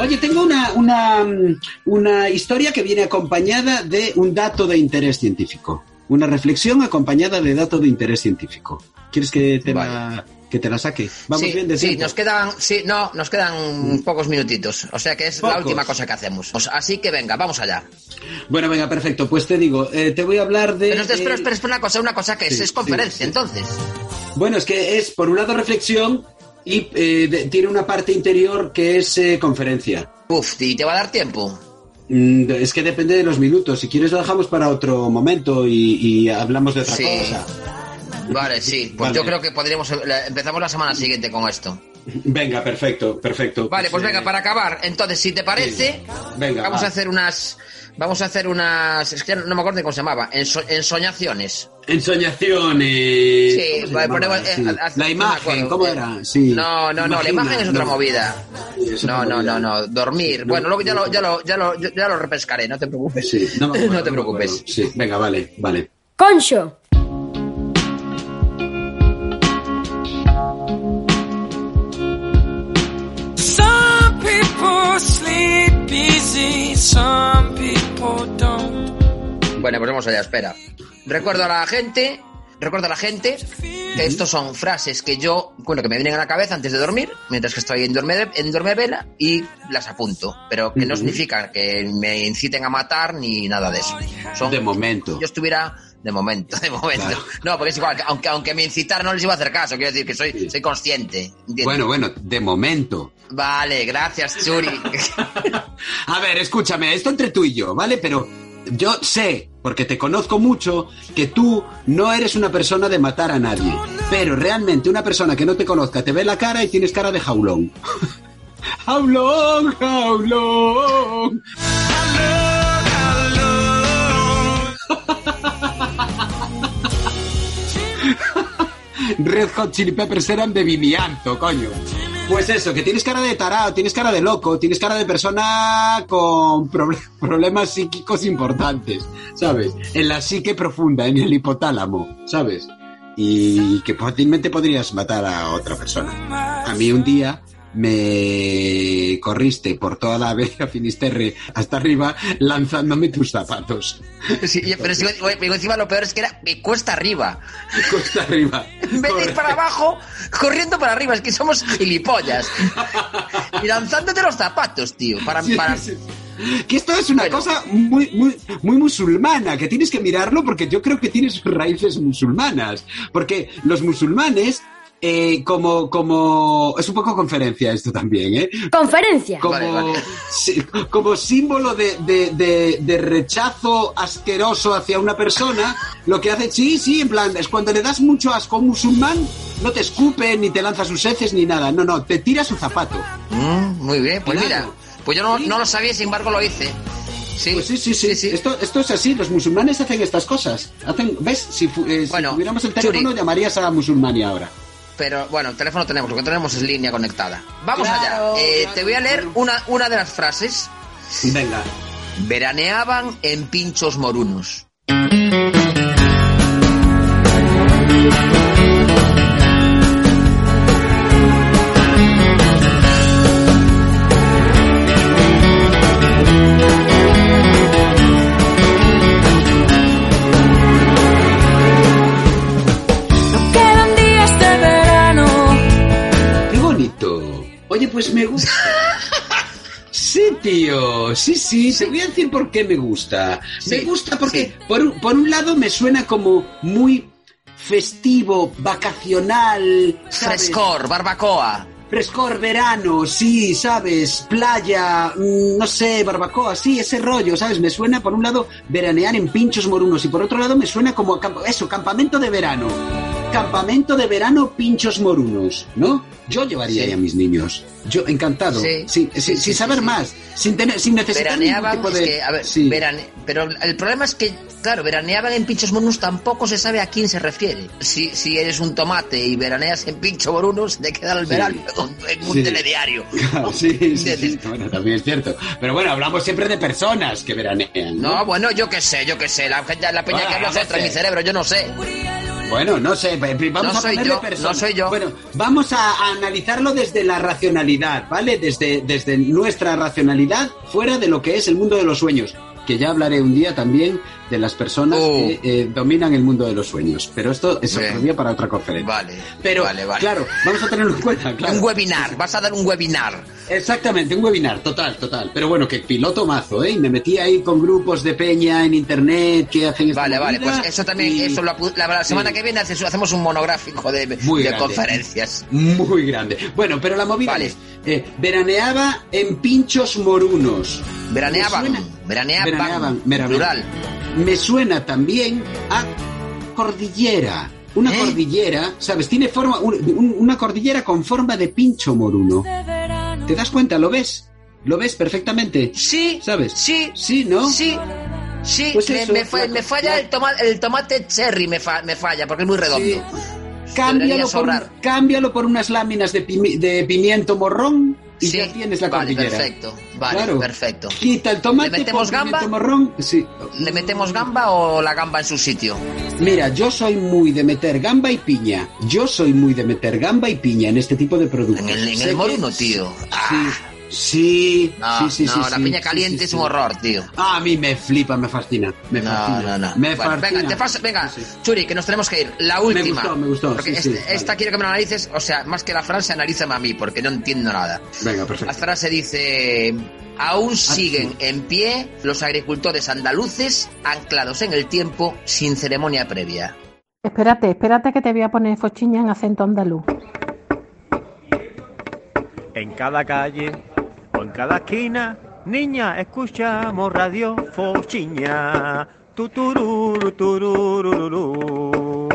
Speaker 6: Oye, tengo una, una, mm, una historia que viene acompañada de un dato de interés científico. Una reflexión acompañada de dato de interés científico. ¿Quieres que te, la, que te la saque? Vamos
Speaker 5: sí,
Speaker 6: bien de
Speaker 5: sí,
Speaker 6: tiempo? Mm.
Speaker 5: nos quedan, sí, no, nos quedan pocos minutitos. O sea que es la
Speaker 6: Pocos.
Speaker 5: última cosa que hacemos. O sea, Así que venga, vamos allá.
Speaker 6: Bueno, venga, perfecto. Pues te digo, eh, te voy a hablar de...
Speaker 5: Pero espera, espera,
Speaker 6: eh,
Speaker 5: espera, espera, una cosa, una cosa que es,
Speaker 6: Sí,
Speaker 5: es conferencia,
Speaker 6: sí, sí.
Speaker 5: entonces.
Speaker 6: Bueno, es que es, por un lado, reflexión y eh, de- tiene una parte interior que es eh, conferencia.
Speaker 5: Uf, ¿y te va a dar tiempo?
Speaker 6: Mm, de- Es que depende de los minutos. Si quieres, lo dejamos para otro momento y, y hablamos de otra
Speaker 5: Sí.
Speaker 6: cosa.
Speaker 5: Vale, sí. Pues
Speaker 6: Vale.
Speaker 5: yo creo que podríamos. la- Empezamos la semana siguiente con esto.
Speaker 6: Venga, perfecto, perfecto.
Speaker 5: Vale, pues
Speaker 6: eh,
Speaker 5: venga, para acabar. Entonces, si te parece,
Speaker 6: Venga,
Speaker 5: vamos
Speaker 6: va.
Speaker 5: a hacer unas. Vamos a hacer unas. Es que no me acuerdo de cómo se llamaba. enso- ensoñaciones.
Speaker 6: Ensoñaciones.
Speaker 5: Sí,
Speaker 6: ¿Cómo se
Speaker 5: vale,
Speaker 6: llamaba?
Speaker 5: ponemos, eh,
Speaker 6: Sí.
Speaker 5: a- a-
Speaker 6: La
Speaker 5: me
Speaker 6: imagen,
Speaker 5: acuerdo. Eh,
Speaker 6: ¿cómo era? Sí.
Speaker 5: No, no, no, la
Speaker 6: Imagina,
Speaker 5: imagen es otra
Speaker 6: no.
Speaker 5: movida.
Speaker 6: Sí, es
Speaker 5: No,
Speaker 6: otra
Speaker 5: no,
Speaker 6: movida.
Speaker 5: no, no, dormir. bueno, luego ya lo, ya, lo, ya, lo, ya lo repescaré, no te preocupes.
Speaker 6: Sí, no, me
Speaker 5: *laughs*
Speaker 6: acuerdo,
Speaker 5: No te
Speaker 6: me acuerdo.
Speaker 5: preocupes.
Speaker 6: Sí, venga, vale, vale.
Speaker 3: Concho.
Speaker 11: Some people sleep easy, some people don't.
Speaker 5: Bueno, pues vamos allá, espera. Recuerdo a la gente, recuerdo a la gente que estos son frases que yo, bueno, que me vienen a la cabeza antes de dormir, mientras que estoy en dorme, en dorme vela y las apunto, pero que no
Speaker 6: Ujú.
Speaker 5: significa que me inciten a matar ni nada de eso. Son
Speaker 6: De momento.
Speaker 5: yo estuviera de momento, de momento. No, porque es igual, que aunque aunque me incitar no les iba a hacer caso, quiero decir que soy soy consciente. ¿entiendes?
Speaker 6: Bueno, bueno, de momento.
Speaker 5: Vale, gracias, Churi.
Speaker 6: *laughs* A ver, escúchame, esto entre tú y yo, ¿vale? Pero yo sé, porque te conozco mucho, que tú no eres una persona de matar a nadie. Pero realmente una persona que no te conozca te ve la cara y tienes cara de jaulón. *laughs* jaulón, jaulón. Red Hot Chili Peppers eran de Vimianto, coño. Pues eso, que tienes cara de tarado, tienes cara de loco, tienes cara de persona con proble- *laughs* problemas psíquicos importantes, ¿sabes? En la psique profunda, en el hipotálamo, ¿sabes? Y que fácilmente podrías matar a otra persona. A mí un día me corriste por toda la *laughs* avenida Finisterre hasta arriba lanzándome tus zapatos. *laughs*
Speaker 5: Sí, y- pero sí, oye, pero encima lo peor es que era me cuesta arriba.
Speaker 6: Costa arriba.
Speaker 5: En vez de ir para abajo, corriendo para arriba, es que somos gilipollas. Y lanzándote los zapatos, tío. Para,
Speaker 6: Sí,
Speaker 5: para-
Speaker 6: sí, sí. Que esto es una cosa muy, muy, muy musulmana, que tienes que mirarlo porque yo creo que tiene sus raíces musulmanas. Porque los musulmanes, eh, como, como. Es un poco conferencia esto también, ¿eh?
Speaker 3: Conferencia.
Speaker 6: Como,
Speaker 5: Vale, vale.
Speaker 6: sí, como símbolo de, de- de- de rechazo asqueroso hacia una persona, lo que hace, sí, sí, en plan, es cuando le das mucho asco a un musulmán, no te escupe, ni te lanza sus heces, ni nada. No, no, te tira su zapato.
Speaker 5: Mm, muy bien, pues
Speaker 6: Claro.
Speaker 5: mira. Pues yo no, no lo sabía, sin embargo lo hice. Sí,
Speaker 6: Pues sí, sí, sí. Esto, esto es así. Los musulmanes hacen estas cosas. Hacen, ¿Ves? Si, fu- eh, si
Speaker 5: Bueno,
Speaker 6: tuviéramos el teléfono,
Speaker 5: Churi.
Speaker 6: llamarías a musulmania ahora.
Speaker 5: Pero bueno, el teléfono tenemos, lo que tenemos es línea conectada. Vamos
Speaker 6: Claro,
Speaker 5: allá. Eh,
Speaker 6: claro.
Speaker 5: Te voy a leer una, una de las frases.
Speaker 6: Venga.
Speaker 5: Veraneaban en pinchos morunos.
Speaker 11: No quedan días de verano.
Speaker 6: ¡Qué bonito! Oye, pues me gusta. Sí, tío, sí, sí, te voy a decir por qué me gusta. me
Speaker 5: Sí,
Speaker 6: gusta porque, por, un- por un lado, me suena como muy festivo, vacacional, ¿sabes?
Speaker 5: Frescor, barbacoa.
Speaker 6: Frescor, verano, sí, ¿sabes? Playa, mm, no sé, barbacoa, sí, ese rollo, ¿sabes? Me suena, por un lado, veranear en pinchos morunos y por otro lado me suena como a camp- eso, campamento de verano. campamento de verano pinchos morunos, ¿no? Yo llevaría ahí a mis niños. Yo encantado,
Speaker 5: Sí, sí,
Speaker 6: sin, sin-
Speaker 5: sí,
Speaker 6: sin
Speaker 5: sí,
Speaker 6: saber
Speaker 5: sí.
Speaker 6: más, sin tener, sin necesitar ningún
Speaker 5: Veraneaban,
Speaker 6: tipo
Speaker 5: es
Speaker 6: de
Speaker 5: que, a ver,
Speaker 6: sí. *laughs*
Speaker 5: verane- pero el problema es que, claro, veraneaban en pinchos morunos tampoco se sabe a quién se refiere. Si, si eres un tomate y veraneas en pinchos morunos, te queda el
Speaker 6: Sí.
Speaker 5: verano en un
Speaker 6: Sí.
Speaker 5: telediario.
Speaker 6: sí, sí,
Speaker 5: *laughs*
Speaker 6: sí, bueno, también es cierto. Pero bueno, hablamos siempre de personas que veranean.
Speaker 5: No, bueno, yo qué sé, yo qué sé. La, gente- la peña
Speaker 6: Ah,
Speaker 5: que habla
Speaker 6: no
Speaker 5: contra
Speaker 6: sé.
Speaker 5: mi cerebro, yo no sé.
Speaker 6: Bueno, no sé, pe- pe- vamos
Speaker 5: No
Speaker 6: a
Speaker 5: soy
Speaker 6: ponerle
Speaker 5: yo,
Speaker 6: personas.
Speaker 5: no soy yo.
Speaker 6: Bueno, vamos a, a analizarlo desde la racionalidad, ¿vale? Desde, desde nuestra racionalidad, fuera de lo que es el mundo de los sueños. Que ya hablaré un día también de las personas que eh, dominan el mundo de los sueños. Pero esto es otro
Speaker 5: Oh. Bien.
Speaker 6: día para otra conferencia.
Speaker 5: Vale,
Speaker 6: Pero,
Speaker 5: vale, vale.
Speaker 6: claro, vamos a tenerlo en cuenta. claro.
Speaker 5: Un webinar, vas a dar un webinar.
Speaker 6: Exactamente, un webinar, total, total. Pero bueno, que piloto mazo, ¿eh? Y Me metí ahí con grupos de peña en internet que hacen esta
Speaker 5: Vale, vale,
Speaker 6: movida
Speaker 5: pues eso también,
Speaker 6: y-
Speaker 5: eso lo apu- la, la semana
Speaker 6: Sí.
Speaker 5: que viene haces- hacemos un monográfico de,
Speaker 6: Muy
Speaker 5: de
Speaker 6: grande.
Speaker 5: conferencias.
Speaker 6: Muy grande. Bueno, pero la movida
Speaker 5: Vale.
Speaker 6: es, eh, veraneaba en pinchos morunos.
Speaker 5: Veraneaban,
Speaker 6: Me suena-
Speaker 5: veraneaban,
Speaker 6: veraneaban, veraneaban.
Speaker 5: plural.
Speaker 6: Me suena también a cordillera. Una
Speaker 5: ¿Eh?
Speaker 6: cordillera, ¿sabes? Tiene forma, un- un- una cordillera con forma de pincho moruno. ¿Te das cuenta? ¿Lo ves? ¿Lo ves perfectamente?
Speaker 5: Sí.
Speaker 6: ¿Sabes?
Speaker 5: Sí.
Speaker 6: Sí, ¿no?
Speaker 5: Sí. Sí,
Speaker 6: Pues
Speaker 5: me,
Speaker 6: eso,
Speaker 5: me fa-
Speaker 6: la-
Speaker 5: me falla el, toma- el tomate cherry, me, fa- me falla, porque es muy redondo.
Speaker 6: Sí. Cámbialo,
Speaker 5: Debería
Speaker 6: por,
Speaker 5: sobrar.
Speaker 6: cámbialo por unas láminas de, pimi- de pimiento morrón y
Speaker 5: Sí,
Speaker 6: ya tienes la
Speaker 5: vale,
Speaker 6: cordillera.
Speaker 5: perfecto, vale,
Speaker 6: Claro.
Speaker 5: perfecto.
Speaker 6: Quita el tomate,
Speaker 5: ¿Le metemos
Speaker 6: pon pimiento
Speaker 5: gamba?
Speaker 6: morrón. Sí.
Speaker 5: ¿Le metemos gamba o la gamba en su sitio?
Speaker 6: Mira, yo soy muy de meter gamba y piña. Yo soy muy de meter gamba y piña en este tipo de productos.
Speaker 5: En el, en
Speaker 6: Sé
Speaker 5: el
Speaker 6: que-
Speaker 5: moruno, tío. Ah,
Speaker 6: Sí,
Speaker 5: no,
Speaker 6: sí, sí,
Speaker 5: Ah, no,
Speaker 6: sí,
Speaker 5: la
Speaker 6: sí,
Speaker 5: piña
Speaker 6: sí,
Speaker 5: caliente
Speaker 6: sí,
Speaker 5: es
Speaker 6: sí.
Speaker 5: un horror, tío.
Speaker 6: Ah, a mí me flipa, me fascina. Me
Speaker 5: No,
Speaker 6: fascina.
Speaker 5: no, no.
Speaker 6: Me
Speaker 5: Bueno,
Speaker 6: fascina.
Speaker 5: venga, te paso, venga, Churi, que nos tenemos que ir. La última.
Speaker 6: gustó, me gustó,
Speaker 5: Porque
Speaker 6: sí,
Speaker 5: este-
Speaker 6: sí, vale.
Speaker 5: esta quiero que me la analices, o sea, más que la frase, analízame a mí, porque no entiendo nada.
Speaker 6: Venga,
Speaker 5: La
Speaker 6: perfecto.
Speaker 5: frase dice:
Speaker 6: Ah,
Speaker 5: Aún siguen en pie los agricultores andaluces anclados en el tiempo sin ceremonia previa.
Speaker 12: Espérate, espérate que te voy a poner fochiña en acento andaluz.
Speaker 13: En cada calle o en cada esquina, niña, escuchamos radio Fochiña. Tutururu, tururururú.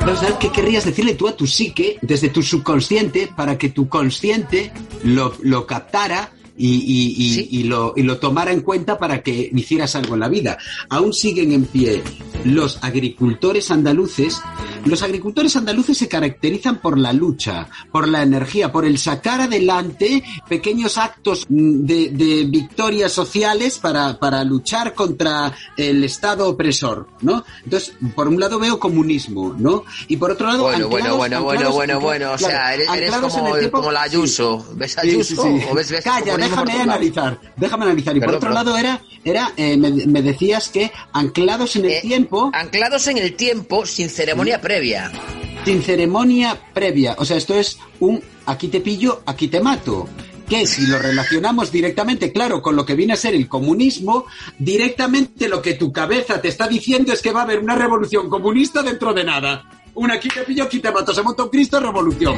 Speaker 6: Vamos a ver qué querrías decirle tú a tu psique desde tu subconsciente para que tu consciente lo, lo captara y, y- y- y lo, y lo tomara en cuenta para que hicieras algo en la vida. Aún siguen en pie los agricultores andaluces. Los agricultores andaluces se caracterizan por la lucha, por la energía, por el sacar adelante pequeños actos mm, de, de victorias sociales para, para luchar contra el Estado opresor, ¿no? Entonces, por un lado veo comunismo, ¿no? Y por otro lado...
Speaker 5: Bueno, bueno,
Speaker 6: anclados-
Speaker 5: bueno, bueno,
Speaker 6: anclados-
Speaker 5: bueno, bueno. O
Speaker 6: claro,
Speaker 5: sea, eres, eres
Speaker 6: anclados en
Speaker 5: como,
Speaker 6: el tiempo-
Speaker 5: como la Ayuso. ¿Ves a
Speaker 6: Sí,
Speaker 5: Ayuso?
Speaker 6: sí, sí.
Speaker 5: ¿O ves, ves
Speaker 6: Calla,
Speaker 5: comunismo
Speaker 6: déjame
Speaker 5: por tu lado?
Speaker 6: analizar, déjame analizar. Y por
Speaker 5: Perdón,
Speaker 6: otro
Speaker 5: perdón.
Speaker 6: lado era, era eh, me, me decías que anclados
Speaker 5: Eh,
Speaker 6: en el tiempo,
Speaker 5: Anclados en el tiempo sin
Speaker 6: Mm.
Speaker 5: ceremonia previa.
Speaker 6: sin ceremonia previa. O sea, esto es un aquí te pillo, aquí te mato. Que si lo relacionamos directamente, claro, con lo que viene a ser el comunismo, directamente lo que tu cabeza te está diciendo es que va a haber una revolución comunista dentro de nada. Un aquí te pillo, aquí te mato, se monta un Cristo, revolución.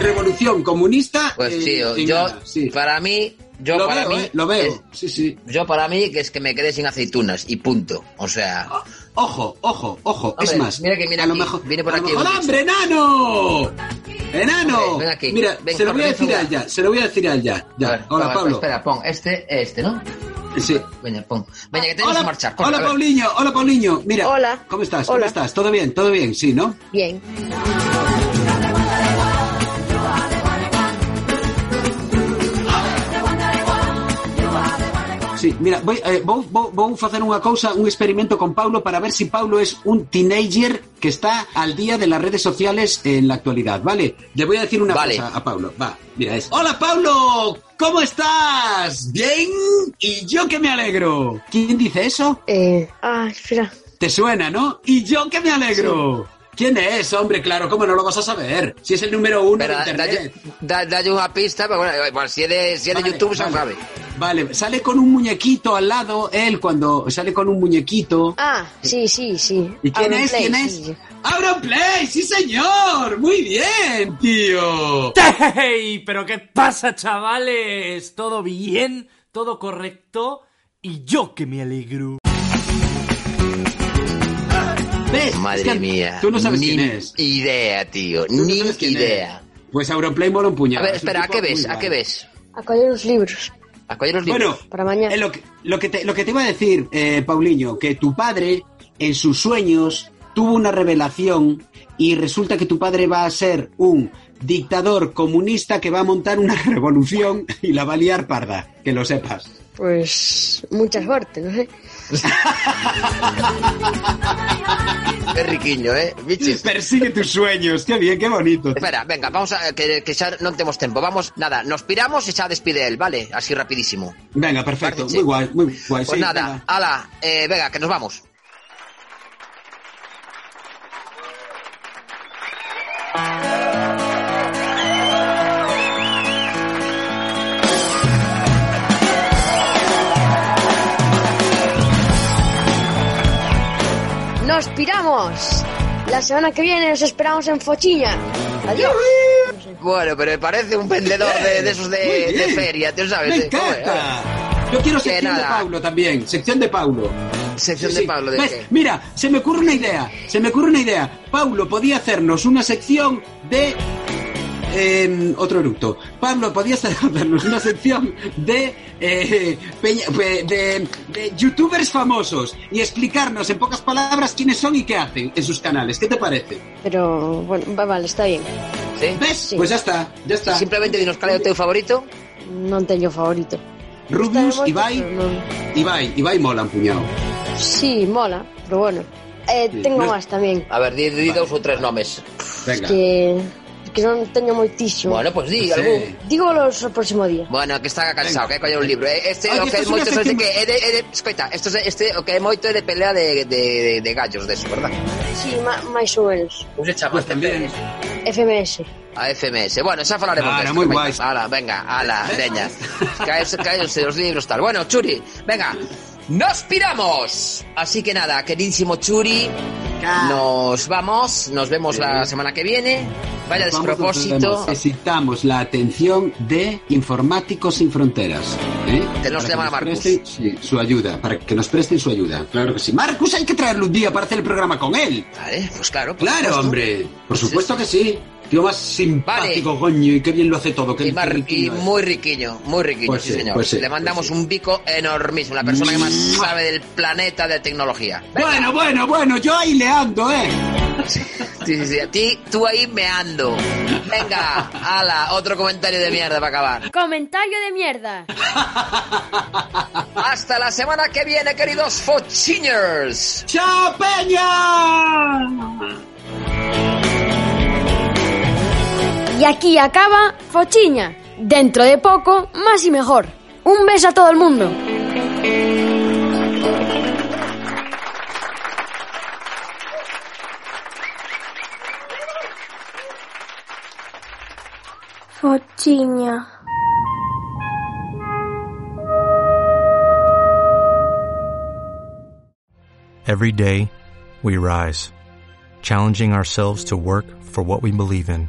Speaker 6: Revolución comunista. eh,
Speaker 5: Pues tío,
Speaker 6: y
Speaker 5: yo
Speaker 6: nada.
Speaker 5: para mí, yo
Speaker 6: Lo
Speaker 5: para
Speaker 6: veo,
Speaker 5: mí,
Speaker 6: eh, lo veo.
Speaker 5: es-
Speaker 6: Sí, sí.
Speaker 5: yo para mí que es que me quedé sin aceitunas y punto. O sea,
Speaker 6: ojo, ojo, ojo. es
Speaker 5: Hombre,
Speaker 6: más,
Speaker 5: mira que mira
Speaker 6: a lo
Speaker 5: aquí,
Speaker 6: mejor,
Speaker 5: viene por
Speaker 6: a lo
Speaker 5: aquí
Speaker 6: mejor,
Speaker 5: un
Speaker 6: ¡Hambre, enano! ¡Enano!
Speaker 5: Hombre, ven aquí,
Speaker 6: Mira,
Speaker 5: ven,
Speaker 6: se lo voy a
Speaker 5: corre,
Speaker 6: decir
Speaker 5: venga.
Speaker 6: a él ya, se lo voy a decir a él ya. ya. Hola,
Speaker 5: Espera,
Speaker 6: Pablo.
Speaker 5: Espera, pon este, este, ¿no?
Speaker 6: Sí.
Speaker 5: Venga, pon. Venga, que tenemos
Speaker 6: hola,
Speaker 5: que marchar. corre, a
Speaker 6: Hola,
Speaker 5: ver.
Speaker 6: Paulinho, hola, Paulinho. Mira, hola. ¿cómo estás? ¿Cómo
Speaker 14: Hola.
Speaker 6: estás? ¿Todo bien? ¿Todo bien? Sí, ¿no?
Speaker 14: Bien.
Speaker 6: Sí, mira, voy, eh, vou, vou, vou facer unha cousa, un experimento con Paulo para ver si Paulo es un teenager que está al día de las redes sociales en la actualidad, ¿vale? Le voy a decir una
Speaker 5: Vale.
Speaker 6: cosa a Paulo. Va, mira es. Hola Paulo, ¿cómo estás? Bien y yo que me alegro. ¿Quién dice eso?
Speaker 14: Eh, ah, espera.
Speaker 6: Te suena, ¿no? Y yo que me alegro. ¿Quién es? Hombre, claro, ¿cómo no lo vas a saber? Si es el número uno
Speaker 5: Espera,
Speaker 6: de
Speaker 5: dalle,
Speaker 6: internet.
Speaker 5: da- dalle una pista, pero bueno, igual, si es de, si es de YouTube se sabe.
Speaker 6: Vale, sale con un muñequito al lado, él cuando sale con un muñequito.
Speaker 14: Ah, sí, sí, sí.
Speaker 6: ¿Y quién
Speaker 14: Auron
Speaker 6: es?
Speaker 14: Play,
Speaker 6: ¿Quién es?
Speaker 14: sí, sí.
Speaker 6: ¡Abra un play! ¡Sí, señor! ¡Muy bien, tío!
Speaker 15: ¡Hey! ¿Pero qué pasa, chavales? ¿Todo bien? ¿Todo correcto? Y yo que me alegro.
Speaker 6: ¿Ves?
Speaker 5: Madre
Speaker 6: Es que
Speaker 5: mía.
Speaker 6: Tú no sabes
Speaker 5: Ni
Speaker 6: quién es.
Speaker 5: idea, tío.
Speaker 6: Tú no
Speaker 5: Ni
Speaker 6: sabes quién es.
Speaker 5: idea.
Speaker 6: Pues Auronplay mola un puñado.
Speaker 5: A ver,
Speaker 6: Es un
Speaker 5: espera, ¿a
Speaker 6: tipo
Speaker 5: qué
Speaker 6: muy
Speaker 5: ves? ¿A
Speaker 6: guay.
Speaker 5: qué ves?
Speaker 14: A coger los libros.
Speaker 5: ¿A cuál de los
Speaker 6: Bueno,
Speaker 5: libros?
Speaker 14: Para mañana.
Speaker 6: eh, lo, que, lo, que te, lo que te iba a decir, eh, Paulinho, que tu padre en sus sueños tuvo una revelación y resulta que tu padre va a ser un dictador comunista que va a montar una *laughs* revolución y la va a liar parda, que lo sepas.
Speaker 14: Pues mucha suerte, no sé.
Speaker 5: Qué riquiño, ¿eh? Bichis.
Speaker 6: Persigue tus sueños, qué bien, qué bonito.
Speaker 5: Espera, venga, vamos a... Que, que xa non temos tempo. Vamos, nada, nos piramos e xa despide él, ¿vale? Así rapidísimo.
Speaker 6: Venga, perfecto,
Speaker 5: Parece-
Speaker 6: muy guay, muy guay.
Speaker 5: Pues
Speaker 6: sí,
Speaker 5: nada, ala, eh, venga, que nos vamos.
Speaker 14: ¡Nos piramos! La semana que viene nos esperamos en Fochilla. ¡Adiós!
Speaker 5: Bueno, pero me parece un vendedor de, de esos de,
Speaker 6: Muy bien.
Speaker 5: de feria, tú sabes.
Speaker 6: Me
Speaker 5: de- joder,
Speaker 6: encanta. Yo quiero
Speaker 5: Que
Speaker 6: sección de
Speaker 5: nada.
Speaker 6: Pablo también, sección de Pablo.
Speaker 5: Sección de Pablo, ¿de
Speaker 6: ¿Ves?
Speaker 5: qué?
Speaker 6: Mira, se me ocurre una idea, se me ocurre una idea. Pablo podía hacernos una sección de... eh, otro eructo. Pablo, podías *laughs* hacernos una sección de, eh, peña- pe- de, de youtubers famosos y explicarnos en pocas palabras quiénes son y qué hacen en sus canales. ¿Qué te parece?
Speaker 14: Pero bueno, va, vale, está bien.
Speaker 5: ¿Sí?
Speaker 6: ¿Ves? Pues ya está, ya está.
Speaker 5: Simplemente dinos cal é o teu favorito.
Speaker 14: No tengo favorito.
Speaker 6: Rubius,
Speaker 14: Está de
Speaker 6: Ibai,
Speaker 14: vuelta, pero no-
Speaker 6: Ibai, Ibai mola un puñado.
Speaker 14: Sí, mola, pero bueno. Eh,
Speaker 6: Sí,
Speaker 14: tengo
Speaker 6: no-
Speaker 14: más también.
Speaker 5: A ver, di, di dous ou tres nomes.
Speaker 6: Venga.
Speaker 14: Que, que no tengo muchísimo.
Speaker 5: Bueno, pues di
Speaker 6: Sí.
Speaker 5: algún.
Speaker 14: Digo los el próximo día.
Speaker 5: Bueno, que está cansado, que coño un libro. eh. Este
Speaker 6: Oye,
Speaker 5: o que
Speaker 6: esto
Speaker 5: é
Speaker 6: es
Speaker 5: moito
Speaker 6: una
Speaker 5: é de
Speaker 6: sección
Speaker 5: que é de, é de escoita, esto é este o que é moito é de pelea de, de, de, de gallos de eso, ¿verdad?
Speaker 14: Sí, ma- más o menos.
Speaker 5: Pues chaval también
Speaker 14: FMS.
Speaker 5: a FMS. Bueno, xa falaremos
Speaker 6: Ala,
Speaker 5: desto,
Speaker 6: moi
Speaker 5: venga.
Speaker 6: guai.
Speaker 5: Ala, venga, ala,
Speaker 6: *laughs*
Speaker 5: leña. Caes, caes os libros tal. Bueno, Churi, venga. Nos piramos. Así que nada, queridísimo Churi, nos vamos, nos vemos la semana que viene. Vaya
Speaker 6: Vamos, nos
Speaker 5: despropósito.
Speaker 6: vemos. Necesitamos la atención de Informáticos Sin Fronteras. ¿eh?
Speaker 5: Tenemos que llamar a Marcus.
Speaker 6: presten sí, su ayuda, para que nos presten su ayuda. Claro que sí. Marcus, hay que traerle un día para hacer el programa con él.
Speaker 5: Vale, pues claro. por
Speaker 6: Claro,
Speaker 5: supuesto.
Speaker 6: hombre. Por supuesto que sí. Tío más simpático, coño, y qué bien lo hace todo. Qué
Speaker 5: Y, mar- y
Speaker 6: riquillo es.
Speaker 5: muy riquiño, muy riquiño,
Speaker 6: Pues
Speaker 5: sí,
Speaker 6: sí,
Speaker 5: señor.
Speaker 6: pues sí,
Speaker 5: Le mandamos
Speaker 6: pues
Speaker 5: un bico enormísimo, la persona que más
Speaker 6: ¡Mua!
Speaker 5: sabe del planeta de tecnología. Venga.
Speaker 6: Bueno, bueno, bueno, yo ahí le ando, ¿eh?
Speaker 5: Sí, sí, sí, a ti, tú ahí meando. Venga, ala, otro comentario de mierda para acabar.
Speaker 3: Comentario de mierda.
Speaker 5: Hasta la semana que viene, queridos Fochiñers.
Speaker 6: ¡Chao, Peña!
Speaker 3: Y aquí acaba Fochiña. Dentro de poco, más y mejor. Un beso a todo el mundo.
Speaker 8: Fochiña.
Speaker 16: Every day, we rise, challenging ourselves to work for what we believe in.